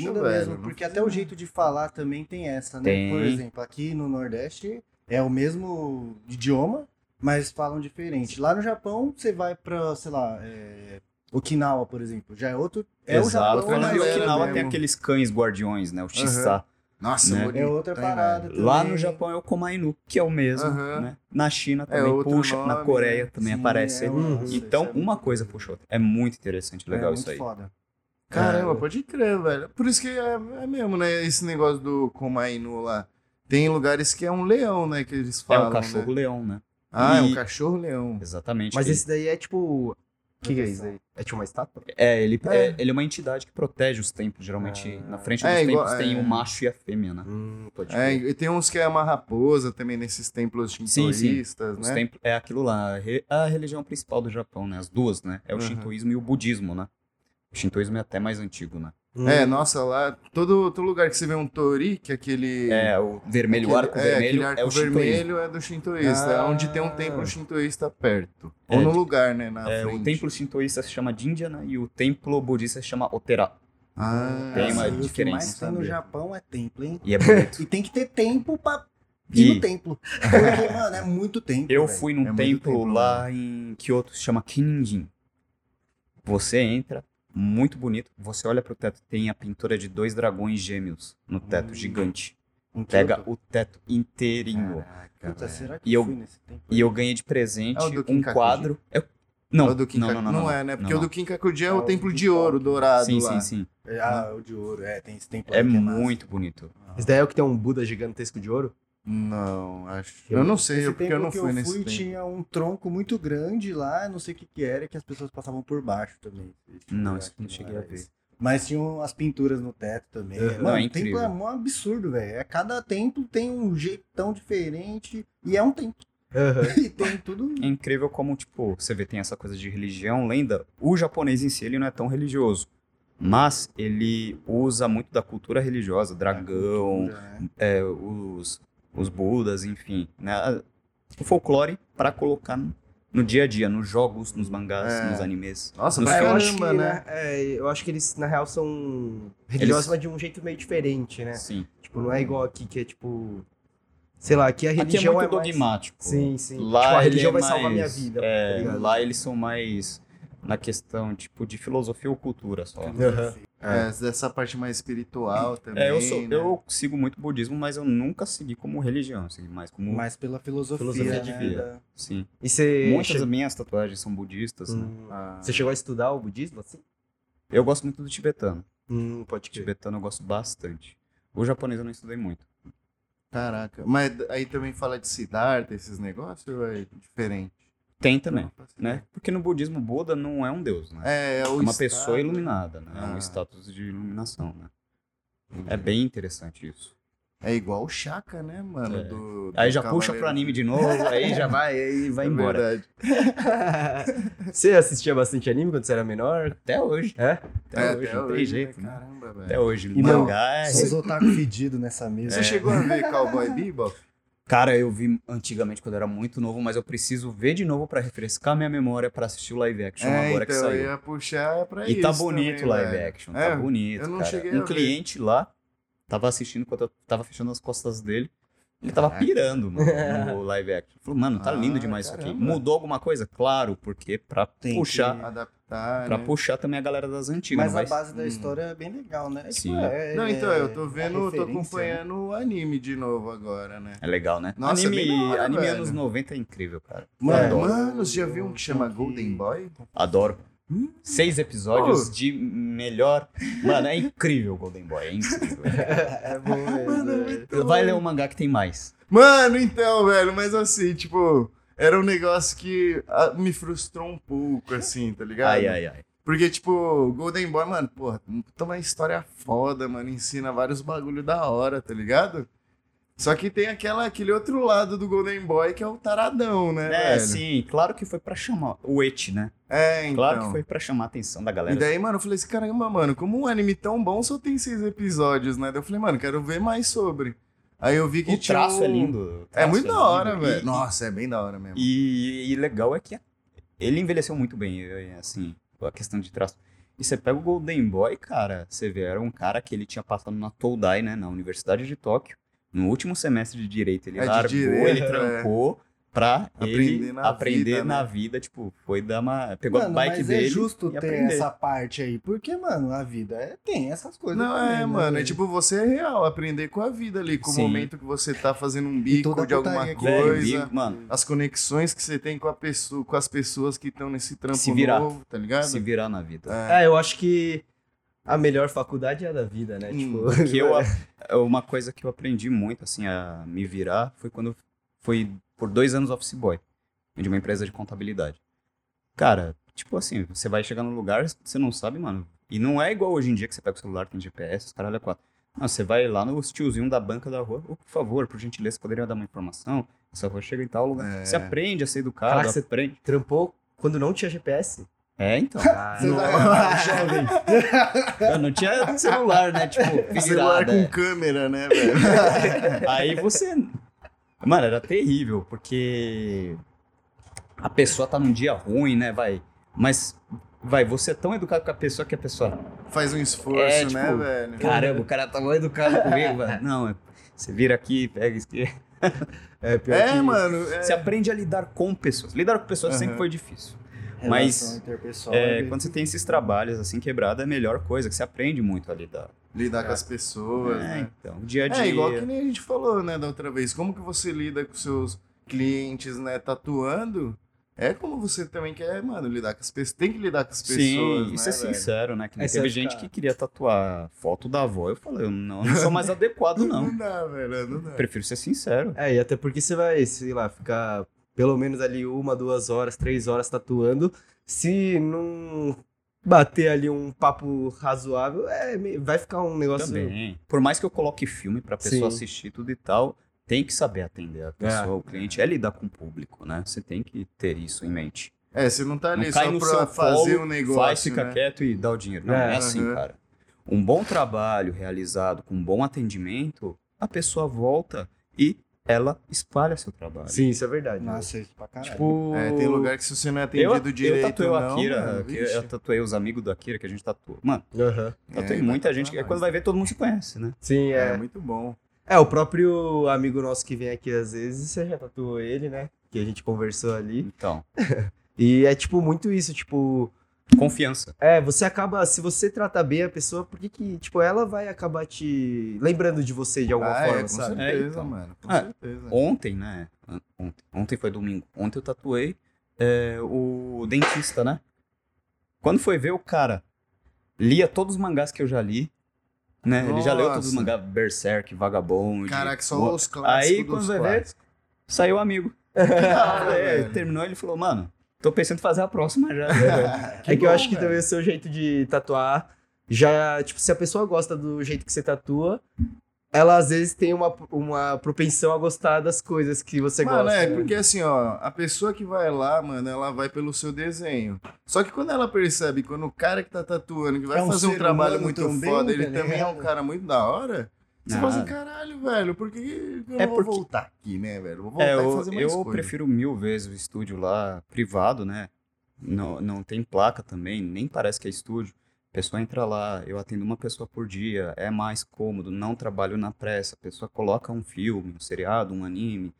Caraca,
Muda
velho,
mesmo,
não
porque
fazia
até o jeito de falar também tem essa, né?
Tem.
Por exemplo, aqui no Nordeste é o mesmo idioma, mas falam diferente. Lá no Japão, você vai pra, sei lá, é, Okinawa, por exemplo, já é outro. É o
Exato.
Japão,
cara,
Lá
mas
em
né, galera
Okinawa tem
mesmo.
aqueles cães guardiões, né? O Chissá.
Nossa,
Né?
bonito,
é outra
hein,
parada.
velho?
Lá
também.
no Japão é o Komainu, que é o mesmo,
Aham. É
né? Na China também
outro
puxa, na
nome,
Coreia
né?
também
Sim,
aparece.
é,
Uhum.
nossa, isso
então,
é
uma
muito-
coisa puxa outra. É muito interessante, legal
é
isso
muito
aí.
Foda.
É.
Caramba, pode crer, velho. Por isso que é, é mesmo, né? Esse negócio do Komainu lá. Tem lugares que é um leão, né? Que eles
É
falam.
um
Né?
cachorro-leão, né?
Ah, é um
E-
cachorro-leão.
Exatamente.
Mas
Ele-
esse daí é tipo. O que, que é isso daí? É tipo uma estátua?
É, ele é.
É.
ele é uma entidade que protege os templos. Geralmente, na frente dos
É,
templos
igual-
tem
é.
o macho e a fêmea, né?
Hum, pode
É,
crer.
e tem uns que é uma raposa também nesses templos
sim.
shintoístas,
Os
né?
templos, é aquilo lá, a re- a religião principal do Japão, né? As duas, né? É o
Aham.
shintoísmo e o budismo, né? O shintoísmo é até mais antigo, né?
Hum.
É, nossa, lá, todo, todo lugar que você vê um tori, que é aquele...
É, o vermelho, o
aquele-
arco vermelho
aquele arco
é o shintoísmo.
vermelho é do shintoísta, é
Ah.
onde tem um templo shintoísta perto.
É,
Ou no
de-
lugar, né, na
É,
frente.
o templo shintoísta se chama Jinja, né? E o templo budista se chama Otera.
Ah,
Tem uma
Nossa, e O que
diferença,
É, mais tem no
sabe?
Japão é templo, hein?
E é
[laughs]
bonito.
E tem que ter tempo pra ir
E-
no templo. Porque, mano, é muito tempo.
Eu
velho.
fui num
é muito né?
templo
templo,
lá em Kyoto, se chama Kinjin. Você entra, muito bonito. Você olha pro teto, tem a pintura de dois dragões gêmeos no teto,
Hum.
gigante.
Em
Pega
Kyoto.
o teto inteirinho.
Caraca,
Puta,
velho.
será que
E
eu
eu-
fui nesse tempo?
E eu ganhei de presente
É o do
um
Kinkakuji.
quadro. É o- Não,
É o do Kinkaku-
não, não, não, não.
é, né? Porque
não,
o do Kinkakuji é,
É
o
o
templo
do
de ouro
Kinkaku.
dourado
Sim,
lá.
sim, sim.
Ah, o de ouro, é, tem esse templo
É
aí que massa.
muito bonito.
Esse daí é o que tem um Buda gigantesco de ouro?
Não, acho. Eu não sei,
Esse
porque
templo
eu não
que
fui nesse tempo.
tinha um tronco muito grande lá, não sei o que que era, que as pessoas passavam por baixo também. tipo
Não,
Eu
isso
acho
eu não
que
cheguei a
era
ver.
esse. Mas tinham as pinturas no teto também.
Uhum.
Mano,
Não, é
o templo
incrível.
é um absurdo, velho. É, Cada templo tem um jeitão diferente e é um templo. [laughs] E tem tudo...
É incrível como, tipo, você vê, tem essa coisa de religião, lenda. O japonês em si, ele não é tão religioso. Mas ele usa muito da cultura religiosa, dragão,
cultura, né?
é, os, os budas, enfim. né? O folclore pra colocar no, no dia a dia, nos jogos, nos mangás,
É.
nos animes.
Nossa,
nos
pra
Ah, eu
filmes.
acho
Caramba,
que,
né?
né, é, eu acho que eles, na real, são religiosos, mas de um jeito meio diferente, né?
Sim.
Tipo, não é igual aqui, que é tipo... Sei lá, aqui a
Aqui é
religião
muito
mais-
dogmático.
Sim, sim.
Lá
tipo, a
ele
religião
é
vai salvar minha
mais,
vida, tá
É,
ligado?
lá eles são mais na questão, tipo, de filosofia ou cultura só.
Aham.
É, essa parte mais espiritual também.
É, eu, sou,
né?
eu sigo muito budismo, mas eu nunca segui como religião, eu segui mais como.
Mas pela filosofia,
Filosofia
de
né,
vida.
da-
Sim.
E você...
Muitas
che-
das minhas tatuagens são budistas. né?
Hum,
Ah,
Você chegou a estudar o budismo, assim?
Eu gosto muito do tibetano.
Hum, pode crer.
Tibetano eu gosto bastante. O japonês eu não estudei muito.
Caraca. Mas aí também fala de Siddhartha, esses negócios, ou é diferente?
Tem também,
Não faço ideia.
né? Porque no budismo, Buda não é um deus, né?
É, é o
É uma
estado-
pessoa iluminada, né? É um
Ah. Uhum.
status de iluminação, né? É bem interessante isso.
É igual o Chaka, né, mano?
É.
Do, do
Aí já puxa
Cavaleiro
pro anime de novo, aí já vai, [laughs] aí vai
É
embora.
verdade.
[laughs] você assistia bastante anime quando você era menor?
Até
[laughs]
hoje.
É?
Até
É,
hoje,
até
não tem
hoje,
jeito,
né?
né?
Caramba,
Até
velho.
hoje. É.
E não,
mangá é-
Só os otaku fedidos nessa mesa.
Você chegou a
[laughs]
ver Cowboy Bebop?
Cara, eu vi antigamente quando eu era muito novo, mas eu preciso ver de novo pra refrescar minha memória pra assistir o live action
é,
agora
então,
que
eu
saiu.
ia puxar pra
E
É isso
tá bonito o
também,
live
velho.
action,
É,
tá bonito,
eu não
cara.
cheguei a
um
ver.
cliente lá tava assistindo enquanto eu tava fechando as costas dele. Ele tava pirando mano,
[laughs]
no live action. Falou, mano, tá
Ah,
lindo demais isso aqui.
caramba.
Mudou alguma coisa? Claro, porque pra
Tem que-
puxar,
Adaptar,
pra
né?
puxar também a galera das antigas.
Mas
É, não
a
vai-
base da
Hum.
história é bem legal, né? Tipo,
Sim.
é-
Não,
é-
então, eu tô
a
vendo, tô
referência, né?
acompanhando o anime de novo agora, né?
É legal, né?
Nossa, é
anime
bem da hora,
anime
velho.
anos 90 é incrível, cara.
É.
eu-
Mano, você já viu um que chama
eu-
Golden Boy?
Adoro.
Hum.
Seis
Uh.
episódios de melhor. Mano, é incrível o Golden Boy,
[laughs]
é incrível.
É bom [laughs] mesmo.
Vai ler um mangá que tem mais.
Mano, então, velho, mas assim, tipo, era um negócio que ah, me frustrou um pouco, assim, tá ligado?
Ai, ai, ai.
Porque, tipo, Golden Boy, mano, porra, tem uma história foda, mano, ensina vários bagulho da hora, tá ligado? Só que tem aquela, aquele outro lado do Golden Boy que é o taradão, né?
É,
velho?
sim, claro que foi pra chamar. O Et, né?
É, então.
Claro que foi pra chamar a atenção da galera.
E daí, mano, eu falei assim, caramba, mano, como um anime tão bom só tem seis episódios, né? Daí eu falei, mano, quero ver mais sobre. Aí eu vi que
o
tinha
traço
um-
é lindo. o
É
traço
muito da hora,
lindo.
velho.
E-
Nossa, é bem da hora mesmo.
E, e legal é que ele envelheceu muito bem, eh, assim, a questão de traço. E você pega o Golden Boy, cara, você vê, era um cara que ele tinha passado na Todai, né, na Universidade de Tóquio, no último semestre de Direito, ele
É, de
largou,
direito,
ele
é.
trancou pra
Aprender
ele
na
aprender
vida,
na
né?
vida, tipo, foi dar uma... pegou
mano,
a bike
mas
dele
é justo
e
ter
aprender.
essa parte aí, porque, mano, a vida é- tem essas coisas.
Não,
também,
é,
né,
mano. É
velho?
tipo, você é real, aprender com a vida ali, com
Sim.
o momento que você tá fazendo um
E
bico
toda a
de alguma
putaria que
Velho,
coisa.
Big- mano,
As conexões que você tem com, a pessoa, com as pessoas que estão nesse trampo
Se virar.
novo, tá ligado?
se virar na vida.
É.
É, eu acho que a melhor faculdade é a da vida, né?
Hum,
tipo,
[laughs]
Que
[laughs]
eu, a- uma coisa que eu aprendi muito, assim, a me virar, foi quando eu fui por dois anos office boy de uma empresa de contabilidade. Cara, tipo assim, você vai chegar num lugar, você não sabe, mano. E não é igual hoje em dia que você pega o celular, tem GPS, os caralho é quatro. Não, você vai lá no tiozinho da banca da rua, "Ô, por favor, por gentileza, poderia dar uma informação? Essa rua chega em tal lugar.
É.
Você aprende a ser educado,
Caraca, você-
aprende.
trampou quando não tinha [laughs] GPS.
É, então.
Você [laughs]
Caralho.
vai- jovem.
Eu não tinha celular, né? Tipo,
[laughs] Celular
virada,
com
é.
câmera, né,
[laughs]
velho?
Aí você. Mano, era terrível, porque a pessoa tá num dia ruim, né? Vai. Mas, vai, você é tão educado com a pessoa que a pessoa.
Faz um esforço,
É, tipo,
né, velho?
Caramba, o cara tá mal educado comigo, mano. Não, é- você vira aqui, pega isso aqui.
É, pior
É,
que-
mano. é.
Você aprende a lidar com pessoas. Lidar com pessoas sempre
Aham.
foi difícil.
Relação
Mas,
interpessoal
É,
bem-
quando você tem esses trabalhos assim quebrado, é a melhor coisa, que você aprende muito a lidar.
Lidar com as pessoas,
É,
né?
então, dia a dia.
É, igual que nem a gente falou, né, da outra vez. Como que você lida com seus clientes, né, tatuando? É como você também quer, mano, lidar com as pessoas. Tem que lidar com as pessoas,
Sim,
né,
isso é
velho?
sincero, né? Que nem
É, você
teve
vai
gente
ficar-
que queria tatuar foto da avó. Eu falei, eu não, não sou
[laughs]
mais adequado, não.
Não dá, velho, não dá.
Prefiro ser sincero.
É, e até porque você vai, sei lá, ficar pelo menos ali uma, duas horas, três horas tatuando. Se não bater ali um papo razoável, é, me- vai ficar um
Tipo assim,
negócio.
Também. Por mais que eu coloque filme pra pessoa
Sim.
assistir tudo e tal, tem que saber atender a pessoa, o cliente. É lidar com o público, né? Você tem que ter isso em mente.
É, você não tá ali
Não cai
só
no
pra
seu
fazer
colo,
um negócio,
faz, fica
né?
quieto e dá o dinheiro. Não, é,
É,
assim,
aham.
cara. Um bom trabalho realizado com um bom atendimento, a pessoa volta e ela espalha seu trabalho.
Sim, isso é verdade.
Nossa, isso pra caralho.
Tipo.
É, tem lugar que se você não é
Eu,
atendido
eu
direito,
tatuei o
não,
Akira,
mano,
que eu,
vixe.
tatuei os amigos do Akira que a gente tatuou. Mano,
Aham.
Eu
É,
tenho
vai
muita
tatuar
gente que
mais.
quando vai ver todo mundo se conhece, né?
Sim,
É,
é.
muito bom.
É, o próprio amigo nosso que vem aqui às vezes, você já tatuou ele, né? Que a gente conversou ali.
Então,
E é tipo muito isso, tipo,
confiança.
é, você acaba, se você tratar bem a pessoa, por que que, tipo, ela vai acabar te lembrando de você de alguma
Ah, é,
forma,
com
sabe?
certeza,
É, então.
mano. Com
Ah,
certeza.
Ontem, né? An- Ontem, ontem foi domingo. Ontem eu tatuei é, o dentista, né? Quando foi ver o cara, lia todos os mangás que eu já li, né? Ele já leu todos os
Nossa.
mangás, Berserk, Vagabond.
Caraca, só
o...
os clássicos
Aí, quando
dos
vai ver,
clássicos.
[laughs]
[laughs]
Saiu amigo.
Cara,
[laughs] É,
velho.
terminou, ele falou, mano, tô pensando em fazer a próxima já.
é que eu
bom,
acho que
velho.
também o seu jeito de tatuar já, tipo, se a pessoa gosta do jeito que você tatua, ela às vezes tem uma, uma propensão a gostar das coisas que você
Mano,
gosta.
é,
né?
porque assim, ó, a pessoa que vai lá, mano, ela vai pelo seu desenho. Só que quando ela percebe, quando o cara que tá tatuando, que vai
É um
fazer um
ser
trabalho
humano
muito
também,
foda, ele
tá
também é um
ligado?
cara muito da hora, [laughs] você
Ah.
fala assim, caralho, velho, por que que eu
É
não
porque-
vou voltar aqui, né, velho? Vou voltar
É,
e
eu,
fazer mais
eu
coisa.
prefiro mil vezes o estúdio lá, privado, né? Não, não tem placa também, nem parece que é estúdio. A pessoa entra lá, eu atendo uma pessoa por dia, é mais cômodo, não trabalho na pressa. A pessoa coloca um filme, um seriado, um anime,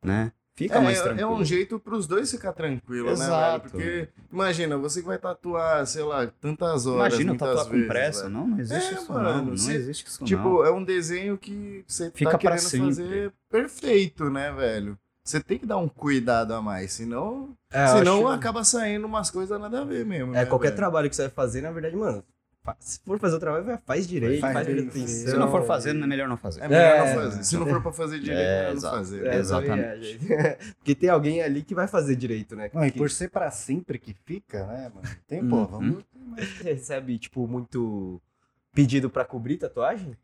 né? Fica mais
É, é,
tranquilo.
um jeito pros dois ficar tranquilo,
Exato.
né, velho? Porque, imagina, você que vai tatuar, sei lá, tantas horas,
Imagina
muitas
tatuar
vezes,
com pressa.
velho.
Não, não existe
É,
isso
mano,
não. Não
se-
existe isso não.
Tipo, é um desenho que você tá
Fica pra
querendo
sempre.
fazer perfeito, né, velho? Você tem que dar um cuidado a mais, senão,
É, eu
senão
acho-
acaba saindo umas coisas nada a ver mesmo.
É,
né,
qualquer
velho?
trabalho que você vai fazer, na verdade, mano, fa- se for fazer o trabalho, vai- faz direito,
Faz
faz,
bem
direito.
feito.
atenção.
Se não for fazendo, é melhor não fazer.
É melhor
É.
não fazer. Se não for pra fazer direito,
É,
é, melhor não
exato.
fazer.
É,
né?
Exatamente.
também é, gente. [laughs] Porque tem alguém ali que vai fazer direito, né?
Não, e
que
por ser pra sempre que fica, né, mano? Tem,
Uhum.
pô, vamos.
recebe, tipo, muito pedido pra cobrir tatuagem?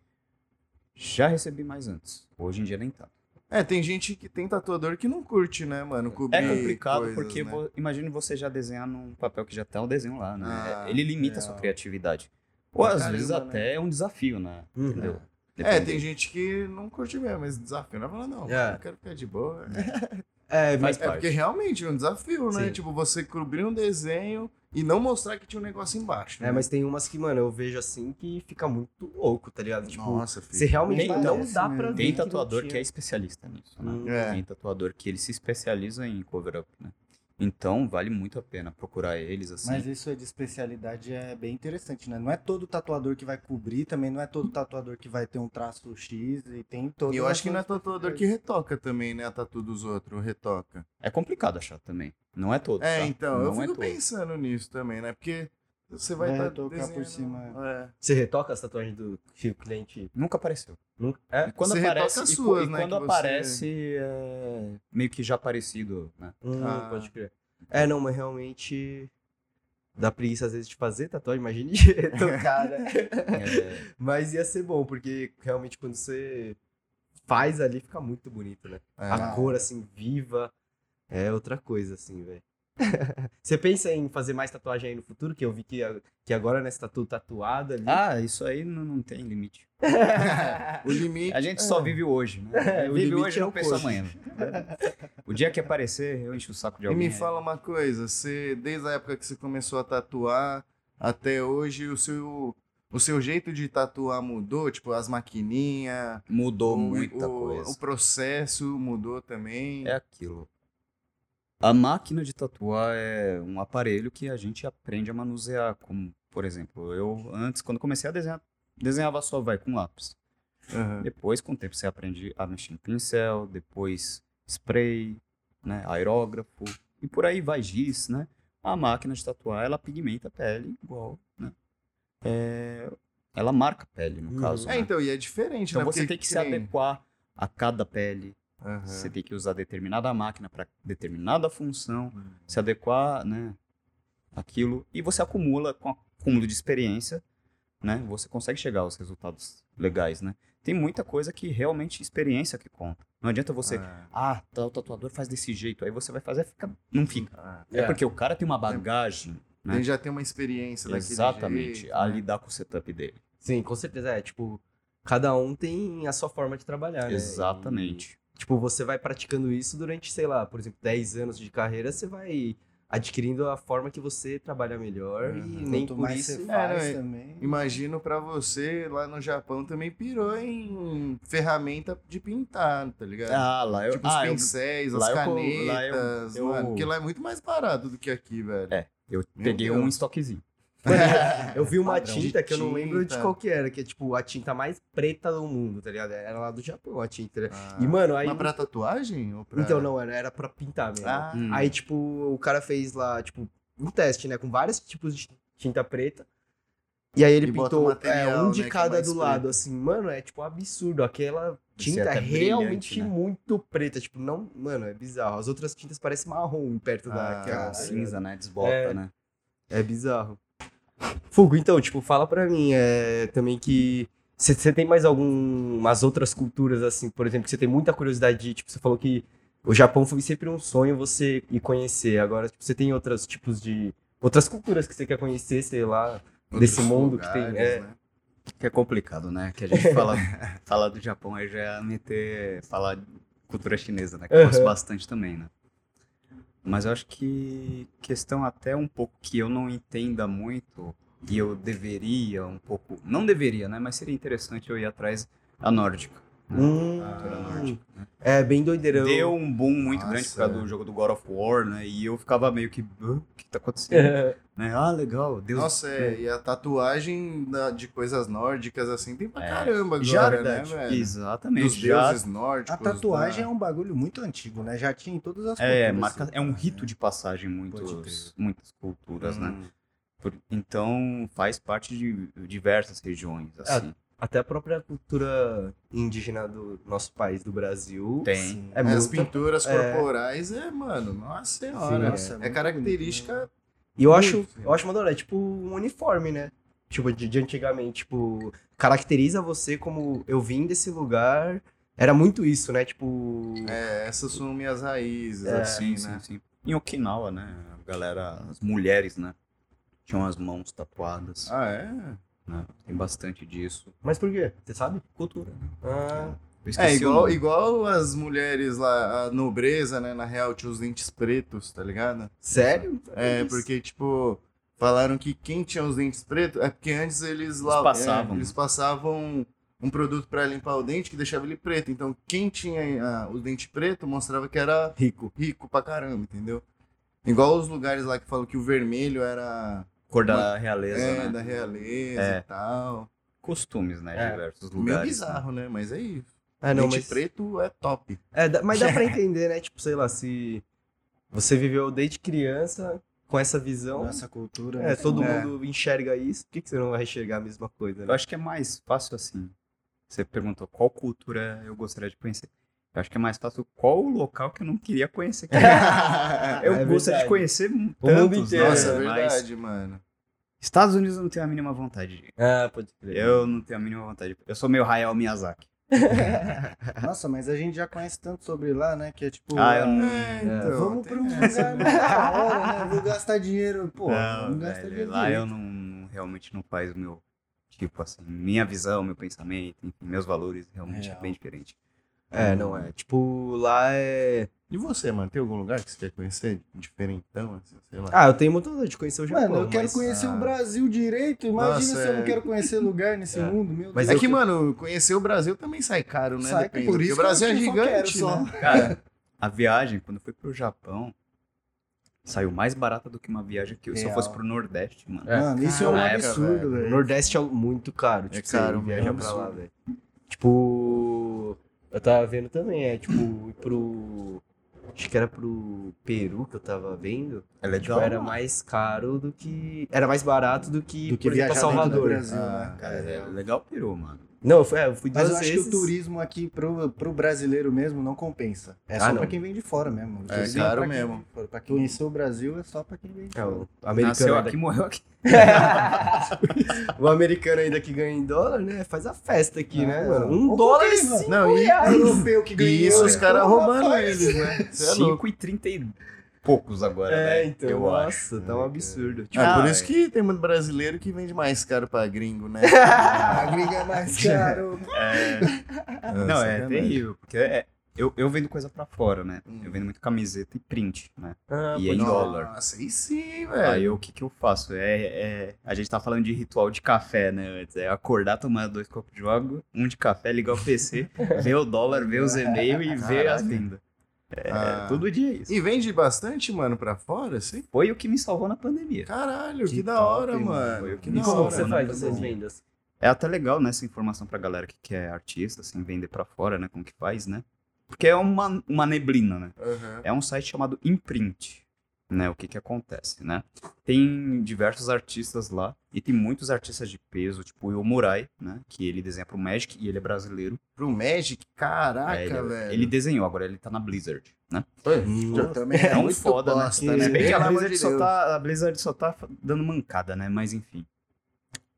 Já recebi mais antes. Hoje em dia nem tá.
É, tem gente que tem tatuador que não curte, né, mano? Cobrir
É complicado
coisas,
porque
né?
vo- imagine você já desenhar num papel que já tá o desenho lá, né?
Ah,
Ele limita a sua criatividade. Ou às
Caramba,
vezes
né?
até é um desafio, né?
Uhum.
Entendeu?
É,
Depende.
tem gente que né? não curte mesmo esse desafio. Não vai falar, não,
É.
eu quero ficar de boa.
É, faz
Mas
É
parte.
porque realmente é um desafio, né?
Sim.
Tipo, você cobrir um desenho e não mostrar que tinha um negócio embaixo.
É, mas tem umas que, mano, eu vejo assim que fica muito louco, tá ligado? Tipo,
Nossa,
você
filho.
realmente
Nem
não
parece,
dá
né?
pra ver.
Tem
que não
tatuador que é
tinha.
especialista nisso, né?
Hum.
É.
Tem tatuador que ele se especializa em cover-up, né? Então, vale muito a pena procurar eles, assim.
Mas isso de especialidade é bem interessante, né? Não é todo tatuador que vai cobrir, também não é todo tatuador que vai ter um traço X e tem todo.
E eu acho que não é tatuador que retoca também, né? A tatu dos outros retoca.
É complicado achar também. Não é todo,
É,
tá?
então,
não
eu
é
fico
todo.
pensando nisso também, né? Porque você vai
Vai
tá
retocar
desenhando-
É, por cima,
É.
Você retoca as tatuagens do que o cliente
Nunca apareceu.
nunca. É?
E quando
Você retoca
aparece, e,
as
co-
suas,
e
né,
quando
que você-
aparece, é meio que já parecido,
[laughs]
né?
Hum,
Ah.
pode crer. É, não, mas realmente dá preguiça às vezes de fazer tatuagem, imagine [laughs] retocar, né?
É,
Mas ia ser bom, porque realmente quando você faz ali fica muito bonito, né?
[laughs] É.
A cor, assim, viva, é outra coisa, assim, velho. [laughs] você pensa em fazer mais tatuagem aí no futuro? Que eu vi que, a- que agora, né, você tá tudo tatuado ali.
Ah, isso aí não, não tem limite.
O limite.
A gente só vive hoje, né?
o
vive
limite [laughs]
hoje
é
não
o
pensa
hoje. [laughs]
amanhã. O dia que aparecer, eu encho o saco de
E
alguém. é.
me
aí.
fala uma coisa, você, desde a época que você começou a tatuar até hoje, o seu, o seu jeito de tatuar mudou? Tipo, as maquininhas,
Mudou
o,
muita
o-
coisa.
o processo mudou também?
É aquilo. A máquina de tatuar é um aparelho que a gente aprende a manusear. Como, por exemplo, eu antes, quando comecei a desenhar, desenhava só vai com lápis.
Aham.
Depois, com o tempo, você aprende a mexer em pincel, depois spray, né, aerógrafo, e por aí vai giz, né? A máquina de tatuar, ela pigmenta a pele igual, né? É, Ela marca a pele, no
Uhum.
caso,
É,
né?
então, e é diferente,
Então
né?
você
Porque
tem que se
nem-
adequar a cada pele,
Aham.
você tem que usar determinada máquina para determinada função,
Uhum.
se adequar, né? Aquilo. E você acumula com acúmulo de experiência, né? Você consegue chegar aos resultados legais, né? Tem muita coisa que realmente experiência que conta. Não adianta você.
Ah,
Ah, tá, o tatuador faz desse jeito. Aí você vai fazer, fica. Não fica.
ah.
É, porque o cara tem uma bagagem Né?
Ele já tem uma experiência daquele
exatamente
jeito,
a
né?
lidar com o setup dele.
Sim, com certeza. É, tipo, cada um tem a sua forma de trabalhar,
É.
né?
Exatamente.
E, tipo, você vai praticando isso durante, sei lá, por exemplo, 10 anos de carreira, você vai adquirindo a forma que você trabalha melhor e
Uhum.
nem
né? Quanto
por
mais
isso.
você
É,
faz
né?
não, é-
também.
Imagino pra você, lá no Japão também pirou em ferramenta de pintar, tá ligado?
Ah, lá eu.
Tipo, os
ah, eu,
pincéis, as
lá eu co-
canetas,
lá eu- eu-
mano, porque lá é muito mais barato do que aqui, velho.
É. eu
Meu
peguei um
Deus.
estoquezinho.
[laughs] É, Eu vi uma
Padrão de
tinta que eu não lembro de
tinta.
qual que era, que é tipo a tinta mais preta do mundo, tá ligado? Era lá do Japão a tinta. né?
Ah.
E, mano, aí.
Mas pra tatuagem? Ou pra...
Então, não, era, era pra pintar mesmo.
Ah,
Hum.
Aí, tipo, o cara fez lá, tipo, um teste, né? Com vários tipos de tinta preta. E aí ele
E bota
pintou
o material,
é, um de
né, que é
cada
mais
do
preto.
lado, assim. Mano, é, tipo, um absurdo. Aquela
Isso é
tinta é
até brilhante,
realmente
né?
muito preta. Tipo, não... Mano, é bizarro. As outras tintas parecem marrom perto da...
Ah,
que é a-
cinza, né? Desbota,
É.
né?
É bizarro. Fogo, então, tipo, fala pra mim é, também que... Você tem mais algumas outras culturas, assim, por exemplo, que você tem muita curiosidade de, tipo, você falou que o Japão foi sempre um sonho você ir conhecer. Agora, tipo, você tem outros tipos de. outras culturas que você quer conhecer, sei lá.
Ah,
outros
desse mundo que tem,
lugares,
é.
né?
Que é complicado, né? Que a
[laughs]
gente fala, falar do Japão aí já é meter. falar de cultura chinesa, né? Que eu gosto
Aham.
bastante também, né? Mas eu acho que questão até um pouco que eu não entenda muito e eu deveria um pouco. Não deveria, né? Mas seria interessante eu ir atrás a nórdica.
Hum,
Ah,
nórdica, né?
é bem doideira. eu-
Deu um boom muito
Nossa.
grande por causa do jogo do God of War, né? E eu ficava meio que. "Hã? O que tá acontecendo?
É,
Né? Ah, legal. Deus
Nossa, é, e a tatuagem da- de coisas nórdicas, assim, tem pra
É.
caramba agora,
Já,
né,
verdade.
velho?
Exatamente.
Dos
já
deuses nórdicos.
A
tipo,
tatuagem
da-
é um bagulho muito antigo, né? Já tinha em todas as
tá- É,
culturas,
marca,
assim.
é um rito de passagem em muitos,
Pode
muitas culturas, né?
Hum.
Por- então faz parte de diversas regiões,
É,
assim.
[laughs] Até a própria cultura indígena do nosso país, do Brasil.
Tem.
Sim.
É
As
muito.
pinturas corporais é, mano, nossa
Sim,
senhora.
nossa, é
é
muito
característica.
E eu
Muito,
acho,
sim.
eu acho uma é tipo um uniforme, né? Tipo, de, de antigamente, tipo, caracteriza você como eu vim desse lugar. Era muito isso, né? Tipo.
É, essas são minhas raízes, assim,
é, sim, sim,
né?
sim. Em Okinawa, né? A galera, as mulheres, né? Tinham as mãos tatuadas,
Ah, é?
né? Tem bastante disso.
Mas por quê? Você sabe?
Cultura.
Ah,
Eu
É
esqueci o
igual,
nome.
igual as mulheres lá, a nobreza, né? Na real, tinha os dentes pretos, tá ligado?
Sério?
É, porque, tipo, falaram que quem tinha os dentes pretos é porque antes eles lá.
passavam.
é, eles passavam um produto pra limpar o dente que deixava ele preto. Então, quem tinha ah, o dente preto mostrava que era
Rico.
rico pra caramba, entendeu? Igual os lugares lá que falam que o vermelho era
Cor da realeza,
é,
né?
da realeza
É.
e tal.
Costumes, né?
É.
De diversos lugares.
Meio
né?
bizarro, né? Mas é isso.
Ah, não,
dente
mas...
preto é top.
É, dá- mas dá pra entender, né? Tipo, sei lá, se você viveu desde criança com essa visão,
então, Nossa cultura.
é,
né?
todo
É.
mundo enxerga isso, por que, que você não vai enxergar a mesma coisa,
Eu
né?
acho que é mais fácil assim. Você perguntou qual cultura eu gostaria de conhecer. Eu acho que é mais fácil qual o local que eu não queria conhecer. [laughs]
[laughs]
eu
É
gostaria
verdade.
de conhecer
O mundo
tantos,
inteiro,
Nossa,
nossa,
é
mas
verdade, mano.
Estados Unidos eu não tenho a mínima vontade. de ir.
Ah, pode crer.
Eu não tenho a mínima vontade. Eu sou meio Hayao Miyazaki.
É. Nossa, mas a gente já conhece tanto sobre lá, né? Que é tipo.
Ah, eu não...
É, então,
Vamos
tem
pra um
essa,
lugar
né?
mais da hora, né? Vou gastar dinheiro. Pô,
Não,
não gasta
velho,
dinheiro.
lá
direito.
eu não, não- realmente não faz o meu tipo assim, minha visão, meu pensamento, enfim, meus valores realmente é
Real.
bem diferente.
É, não é. Tipo, lá é.
E você, mano, tem algum lugar que você quer conhecer? Diferentão, assim, sei lá.
Ah, eu tenho muita vontade de conhecer o Japão.
Mano, eu quero
mas-
conhecer
ah.
o Brasil direito. Imagina
Nossa,
se eu não
é.
quero conhecer lugar nesse
É.
mundo, meu
Mas
é
eu-
que, mano, conhecer o Brasil também sai caro, né?
Sai,
Depende,
por
porque
isso
o Brasil é
que eu só
gigante,
quero só.
né?
Cara, [laughs] a viagem, quando eu fui pro Japão, saiu mais barata do que uma viagem que eu- se eu
Real.
fosse pro Nordeste, mano.
É.
Mano, isso é um
Caraca,
absurdo,
O
velho.
Nordeste é muito caro.
É
Tipo,
caro,
você viaja
é um
pra lá,
absurdo.
velho. Tipo. Eu tava vendo também, é tipo, ir pro. Acho que era pro Peru que eu tava vendo.
É
Tipo, era mais caro do que. Era mais barato do que,
Do que
por exemplo,
viajar
pra
dentro do
Salvador.
Brasil,
Ah,
né?
cara, é legal o Peru, mano.
Não, eu fui, é, eu fui duas
Mas eu acho que
vezes.
o turismo aqui pro, pro brasileiro mesmo não compensa. É
Ah,
só
não.
pra quem vem de fora mesmo.
É
Turismo
caro
pra quem
mesmo.
vem de fora. Pra conhecer o Brasil é só pra quem vem de
É,
fora.
o americano
Nasceu
ainda-
aqui, morreu aqui.
[laughs] o americano ainda que ganha em dólar, né? Faz a festa aqui,
Ah,
né,
é.
mano? Um
Ô,
dólar e
Cleiva,
cinco
Não, e,
O europeu que ganhou.
e isso os
né?
caras
Pô,
roubando
rapaz.
eles,
[laughs]
né? Você é louco.
5 e 30 e poucos agora,
É,
velho.
então,
eu acho.
nossa, tá um absurdo. Tipo,
Ah, por
Ah,
isso
é.
que tem muito brasileiro que vende mais caro pra gringo,
[laughs]
né?
A gringa
[laughs]
é mais [laughs] caro.
É, Não, é
sacanagem.
terrível, porque é- eu, eu vendo coisa pra fora, né?
Hum.
Eu vendo muito camiseta e print, né?
ah,
e
pô, É.
em dólar.
Nossa, aí sim,
Aí
velho.
eu- o que que eu faço? É, é- a gente tá falando de ritual de café, né? antes. É acordar, tomar dois copos de água, um de café, ligar o
[laughs]
PC, ver o dólar, ver os e-mails e ver as vendas. É,
Ah.
todo dia é isso.
E vende bastante, mano, pra fora, assim?
Foi o que me salvou na pandemia.
Caralho, que,
Que
da
top,
hora,
mano.
mano. Que
E
e
da
como
hora.
que você
né,
faz
pra
essas
mim.
vendas?
É até legal, né, essa informação pra galera que, que é artista, assim, vender pra fora, né, como que faz, né? Porque é uma, uma neblina, né?
Aham.
É um site chamado Imprint, né? O que que acontece, né? Tem diversos artistas lá e tem muitos artistas de peso, tipo o Murai, né? Que ele desenha pro Magic e ele é brasileiro.
Pro Magic,
É,
caraca,
ele,
velho.
ele desenhou, agora ele tá na Blizzard, né?
Eu também
É um
muito
foda, né?
bosta,
Se bem que a
Pelo amor
Blizzard,
de
só
Deus.
tá, a Blizzard só tá dando mancada, né? Mas enfim.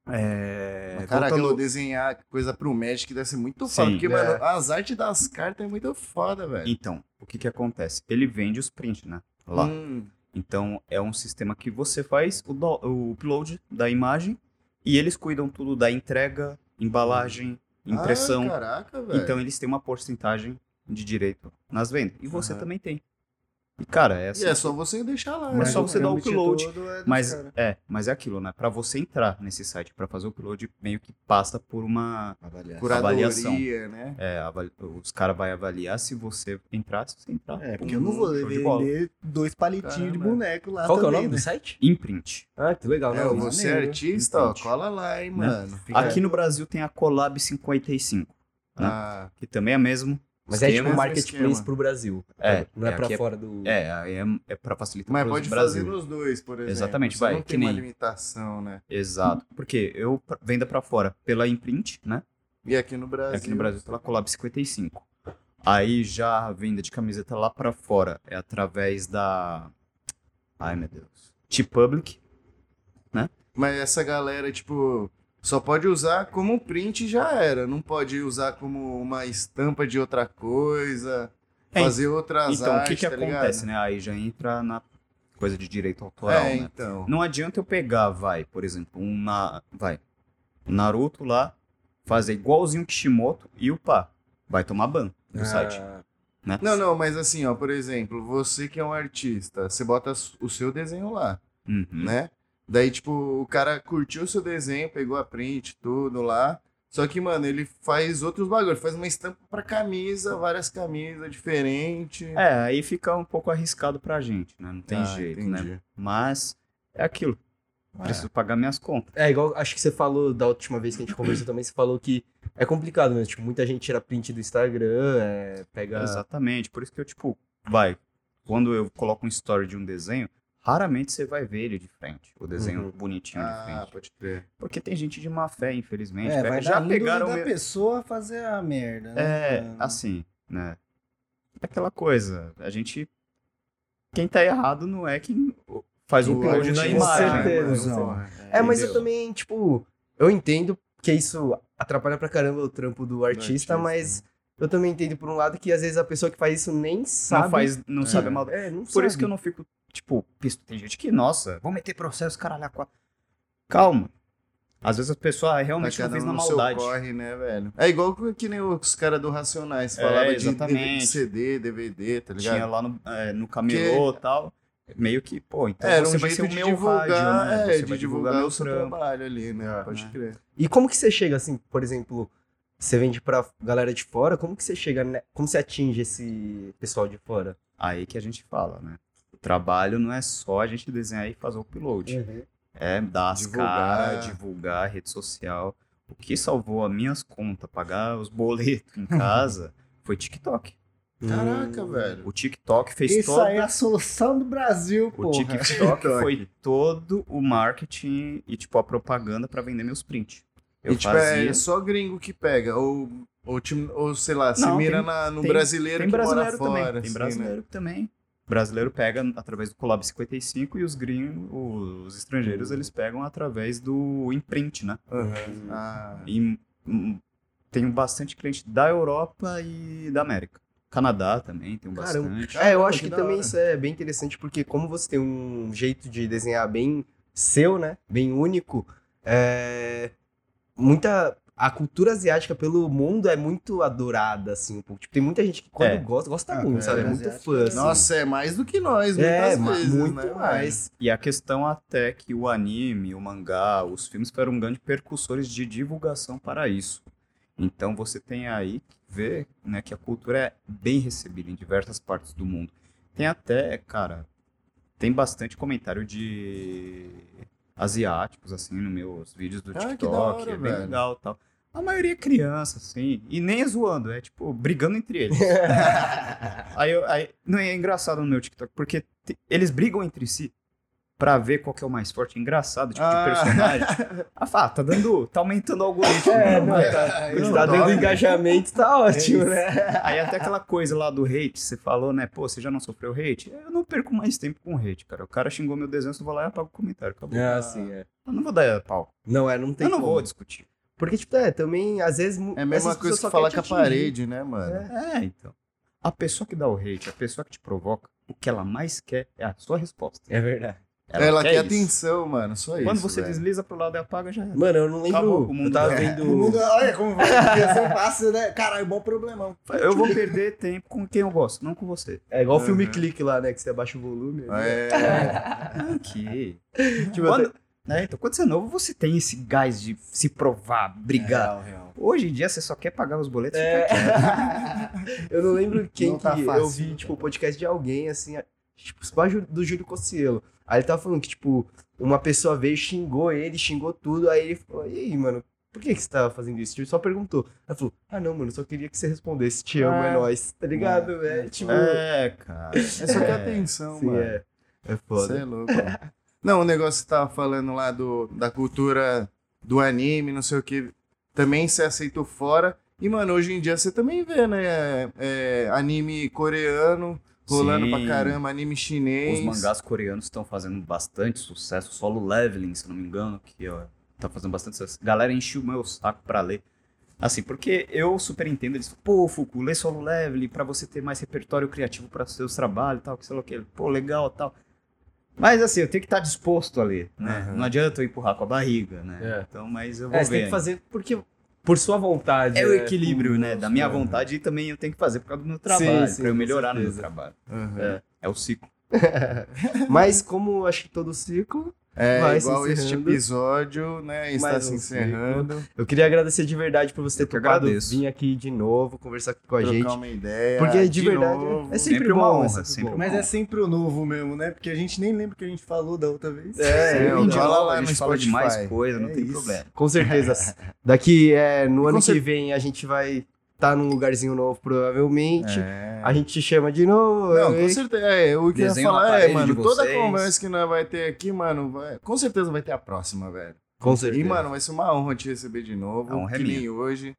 É...
Caraca,
voltando-
eu desenhar coisa pro Magic deve ser muito
Sim.
foda. Porque,
É.
mano, as artes das cartas é muito foda, velho.
Então, o que que acontece? Ele vende os prints, né? Lá.
Hum,
Então, é um sistema que você faz o, do- o upload da imagem e eles cuidam tudo da entrega, embalagem,
ah,
impressão.
caraca, velho.
então, eles têm uma porcentagem de direito nas vendas. E você
Aham.
também tem. E, cara, é
E
assim.
é só você deixar lá.
Mas
né?
É
só você dá o
trâmite
upload,
todo é dos
Mas
caras.
é, mas é aquilo, né? Pra você entrar nesse site pra fazer o upload, meio que passa por uma avaliação.
Curadoria, né?
é, avali- os caras vão avaliar se você entrar, se você entrar.
É, porque
Pum,
eu não vou
show de bola.
vender dois palitinhos de
Caramba.
boneco lá
Qual que é o
também,
nome do
né?
site?
Imprint.
Ah, que legal,
É,
não. isso-
você é
maneiro.
artista, ó, cola lá, hein,
Né?
mano. Fica-
Aqui no Brasil tem a Collab 55, né?
Ah,
que também é mesmo.
Mas é tipo
esquema.
mesmo
marketplace
esquema.
pro Brasil.
É,
Não é,
é
pra
que é-
fora do.
É, aí é, é pra facilitar
mas
pros
pode
Brasil.
fazer nos dois, por exemplo.
Exatamente,
Você
vai,
Não
que
tem uma
nem-
limitação, né?
Exato. Porque eu pra- venda pra fora pela imprint, né?
E aqui no Brasil.
Aqui no Brasil pela Collab 55. Aí já a venda de camiseta lá pra fora é através da. Ai meu Deus. T-Public.
Mas essa galera, tipo, só pode usar como um print e já era. Não pode usar como uma estampa de outra coisa,
É,
fazer outras
Então, o
artes,
que, que
tá
acontece,
ligado?
né? Aí já entra na coisa de direito autoral,
é,
né?
então.
Não adianta eu pegar, vai, por exemplo, um na... vai, o Naruto lá, fazer igualzinho o Kishimoto e upar. vai tomar ban do
Ah,
site. Né?
Não, não, mas assim, ó, por exemplo, você que é um artista, você bota s- o seu desenho lá,
Uhum.
né? Daí, tipo, o cara curtiu o seu desenho, pegou a print, tudo lá. Só que, mano, ele faz outros bagulhos, faz uma estampa pra camisa, várias camisas diferentes.
É, aí fica um pouco arriscado pra gente, né? Não tem
Ah,
jeito, né?
entendi.
Mas é aquilo.
Ah,
Preciso pagar minhas contas.
É, igual acho que você falou da última vez que a gente conversou também, você falou que é complicado mesmo. Tipo, muita gente tira print do Instagram, é, pega.
Exatamente. Por isso que eu, tipo, vai. Quando eu coloco um story de um desenho, raramente você vai ver ele de frente. O desenho
Uhum.
bonitinho de
Ah,
frente.
pode crer.
Porque tem gente de má fé, infelizmente.
É,
Pega-
vai
já
dar
pegaram
da
meu-
pessoa fazer a merda, né?
É,
mano?
assim, né? É aquela coisa. A gente. Quem tá errado não é quem faz o
O
upload na
artista, é
imagem.
certeza.
né?
Cusão.
Então,
É, mas eu
Entendeu?
também, tipo, eu entendo que isso atrapalha pra caramba o trampo do artista,
artista,
mas eu também entendo por um lado que às vezes a pessoa que faz isso nem sabe.
Não faz, não sabe a maldade.
É, não
Por isso que eu não fico, tipo, pisto. Tem gente que, nossa, vou meter processo, caralho, a quatro. Calma. Às vezes as pessoas ah, realmente
Tá
não
cada
fez
um
na
no seu
maldade.
corre, né, velho? É igual que, que nem os caras do Racionais
É,
falavam de DVD,
exatamente.
CD, DVD, tá ligado?
Tinha lá no, é, no camelô e tal. Meio que, pô, então
Era
você
um
vai
jeito
ser o
de
meu
divulgar,
rádio, né?
é,
Você
de
vai
divulgar
meu
o seu
trampo.
trabalho ali, né?
Ah,
Pode
né.
crer.
E como que você chega, assim, por exemplo, você vende pra galera de fora, como que você chega, né? Como você atinge esse pessoal de fora?
Aí que a gente fala, né? O trabalho não é só a gente desenhar e fazer o upload. É dar as
Divulgar.
caras, divulgar a rede social. O que salvou as minhas contas, pagar os boletos em casa, foi TikTok.
Hum.
Caraca, velho.
O TikTok fez
Isso
toda
aí é a solução do Brasil,
O
pô.
TikTok foi todo o marketing e, tipo, a propaganda pra vender meus prints. Eu
e, tipo,
fazia...
é só gringo que pega. Ou, ou, time- ou sei lá, se
Não,
mira
tem-
na- no
tem-
brasileiro
Tem
que mora
brasileiro
fora.
também. Tem
assim,
brasileiro também. Brasileiro pega através do Collab 55 e os gringos, os estrangeiros, eles pegam através do imprint, né?
Né?
Uhum.
Aham. Ah,
E hum, tenho bastante cliente da Europa e da América. Canadá também, tem
Caramba.
bastante.
É, eu
Caramba,
acho
que
que
da
também
hora.
isso é bem interessante, porque como você tem um jeito de desenhar bem seu, né? Bem único, é... muita. A cultura asiática pelo mundo é muito adorada, assim, um pouco. Tipo, tem muita gente que quando
É.
gosta, gosta
Ah,
muito,
é,
sabe? É muito
asiática.
fã, assim.
Nossa, é mais do que nós,
é,
muitas
ma-
vezes,
muito
né, velho?
mais.
E a questão até que o anime, o mangá, os filmes foram grandes percursores de divulgação para isso. Então você tem aí que ver né, que a cultura é bem recebida em diversas partes do mundo. Tem até, cara, tem bastante comentário de asiáticos, assim, nos meus vídeos do
Ah, que da
TikTok.
hora,
é bem
velho.
legal e tal. A maioria é criança, assim, e nem é zoando, é tipo, brigando entre eles. aí, eu- aí- não é engraçado no meu TikTok, porque te- eles brigam entre si pra ver qual que é o mais forte. Engraçado, tipo,
Ah.
de personagem.
[laughs]
Ah, fala, tá dando. Tá aumentando o algoritmo.
É,
né,
não,
mas-
tá,
não,
tá dando
dói, né?
engajamento, tá ótimo,
isso.
né?
tá, Aí até aquela coisa lá do hate, você falou, né? Pô, você já não sofreu hate? Eu não perco mais tempo com hate, cara. O cara xingou meu desenho, eu só vou lá e apago o comentário. Acabou.
é.
Eu não vou dar pau.
Não, é, não tem
Eu não
como.
vou discutir.
Porque, tipo, é, também, às vezes...
É a mesma coisa que falar com a parede, né, mano?
É, então. A pessoa que dá o hate, a pessoa que te provoca, o que ela mais quer é a sua resposta.
É verdade.
Ela, quer
isso.
atenção, mano. Só
é
isso.
Quando você
velho.
desliza pro lado e apaga, já era.
Mano, eu não lembro...
Acabou com o mundo.
eu tava
É.
vendo...
O mundo-
[laughs]
olha como vai. Criação fácil, né? Caralho, bom problemão.
Eu vou perder tempo com quem eu gosto, não com você.
É igual o filme
Uhum.
clique lá, né? Que você abaixa o volume. né?
É,
Que.
Tipo,
Quando- né, então, quando você é novo, você tem esse gás de se provar, brigar.
Real, real.
Hoje em dia, você só quer pagar os boletos e
É.
ficar quieto.
Eu não lembro quem
Não tá
que
fácil,
eu vi,
não tá
tipo, o podcast de alguém, assim, a- tipo, se pá, Ju- do Júlio Cossielo. Aí ele tava falando que, tipo, uma pessoa veio, xingou ele, xingou tudo, aí ele falou, e aí, mano, por que que você tava fazendo isso? Tipo, só perguntou. Ela falou, ah, não, mano, só queria que você respondesse, te amo, é,
É.
nóis, tá ligado,
É,
velho?
é,
tipo,
É, cara.
é só que atenção,
assim,
mano.
é, é
Você
foda.
é louco. mano. não, o negócio que você tava falando lá do, da cultura do anime, não sei o que. Também você aceitou fora. E, mano, hoje em dia você também vê, né? é, anime coreano rolando
Sim.
pra caramba, anime chinês.
Os mangás coreanos estão fazendo bastante sucesso. Solo Leveling, se eu não me engano, que ó, tá fazendo bastante sucesso. Galera encheu o meu saco pra ler. Assim, porque eu super entendo, eles falam, pô, Fuku, lê Solo Leveling pra você ter mais repertório criativo para seus trabalhos e tal, que sei lá o que. Pô, legal e tal. Mas assim, eu tenho que estar disposto a ler, né?
Aham.
Não adianta eu empurrar com a barriga, né?
É.
Então, mas eu vou
É,
ver.
você tem que
ainda.
fazer porque por sua vontade.
É o
né? [laughs]
equilíbrio, né? Da minha
Uhum.
vontade e também eu tenho que fazer por causa do meu trabalho,
sim,
pra eu
com
melhorar no meu
certeza.
trabalho.
Aham.
É, é o ciclo.
Mas como acho que todo ciclo,
É,
Vai se
igual este
encerrando.
episódio, né? Está
Mais
se
um
encerrando.
eu queria agradecer de verdade por você
Eu que
ter topado
agradeço.
vir aqui de novo, conversar aqui com a
trocar
gente.
uma ideia.
Porque de
É, de
verdade
novo.
é sempre,
Sempre
bom,
uma
é
honra,
sempre
sempre
bom.
Mas é sempre o novo mesmo, né? Porque a gente nem lembra o que a gente falou da outra vez.
É,
É,
então,
de fala lá
a
no
gente fala de
Spotify.
mais coisa, não
É
tem
isso.
problema.
Com certeza. Daqui é, no ano
cer-
que vem a gente vai estar num lugarzinho novo, provavelmente.
É.
A gente te chama de novo.
Não,
eu-
com certeza. É, o que eu ia
Desenho na
falar é,
parede
mano,
de
toda
vocês.
conversa que nós vai ter aqui, mano, vai- com certeza vai ter a próxima, velho.
com certeza.
E, mano, vai ser uma honra te receber de novo.
A honra é
que nem
minha.
hoje.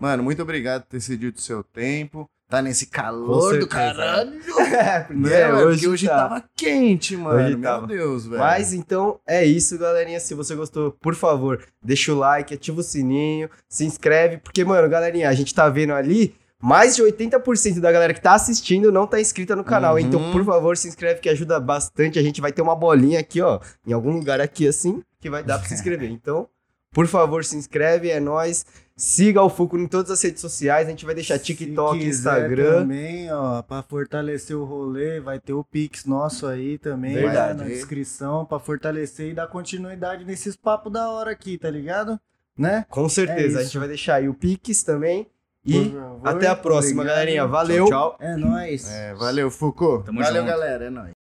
Mano, muito obrigado por ter cedido o seu tempo. Tá nesse
Com
calor
certeza.
do caralho.
Porque
Né, velho?
É, hoje
Porque hoje
tá.
tava quente, mano.
Hoje
Meu
tava.
Deus, velho.
Mas então é isso, galerinha. Se você gostou, por favor, deixa o like, ativa o sininho, se inscreve, porque, mano, galerinha, a gente tá vendo ali. Mais de 80% da galera que tá assistindo não tá inscrita no canal. hein? Então,
Uhum.
por favor, se inscreve que ajuda bastante. A gente vai ter uma bolinha aqui, ó, em algum lugar aqui assim, que vai dar pra se
[laughs]
inscrever. Então, por favor, se inscreve, é nóis. Siga o Fuco em todas as redes sociais. A gente vai deixar TikTok,
Se quiser
Instagram.
também, ó, pra fortalecer o rolê, vai ter o Pix nosso aí também,
Verdade.
lá na descrição, pra fortalecer e dar continuidade nesses papos da hora aqui, tá ligado? Né?
Com certeza.
É
a
isso.
gente vai deixar aí o Pix também. E
Por favor,
até a próxima,
obrigado.
galerinha. Valeu.
Tchau, tchau.
É nóis.
É, valeu, Foucault.
Tamo
valeu,
junto.
galera. É nóis.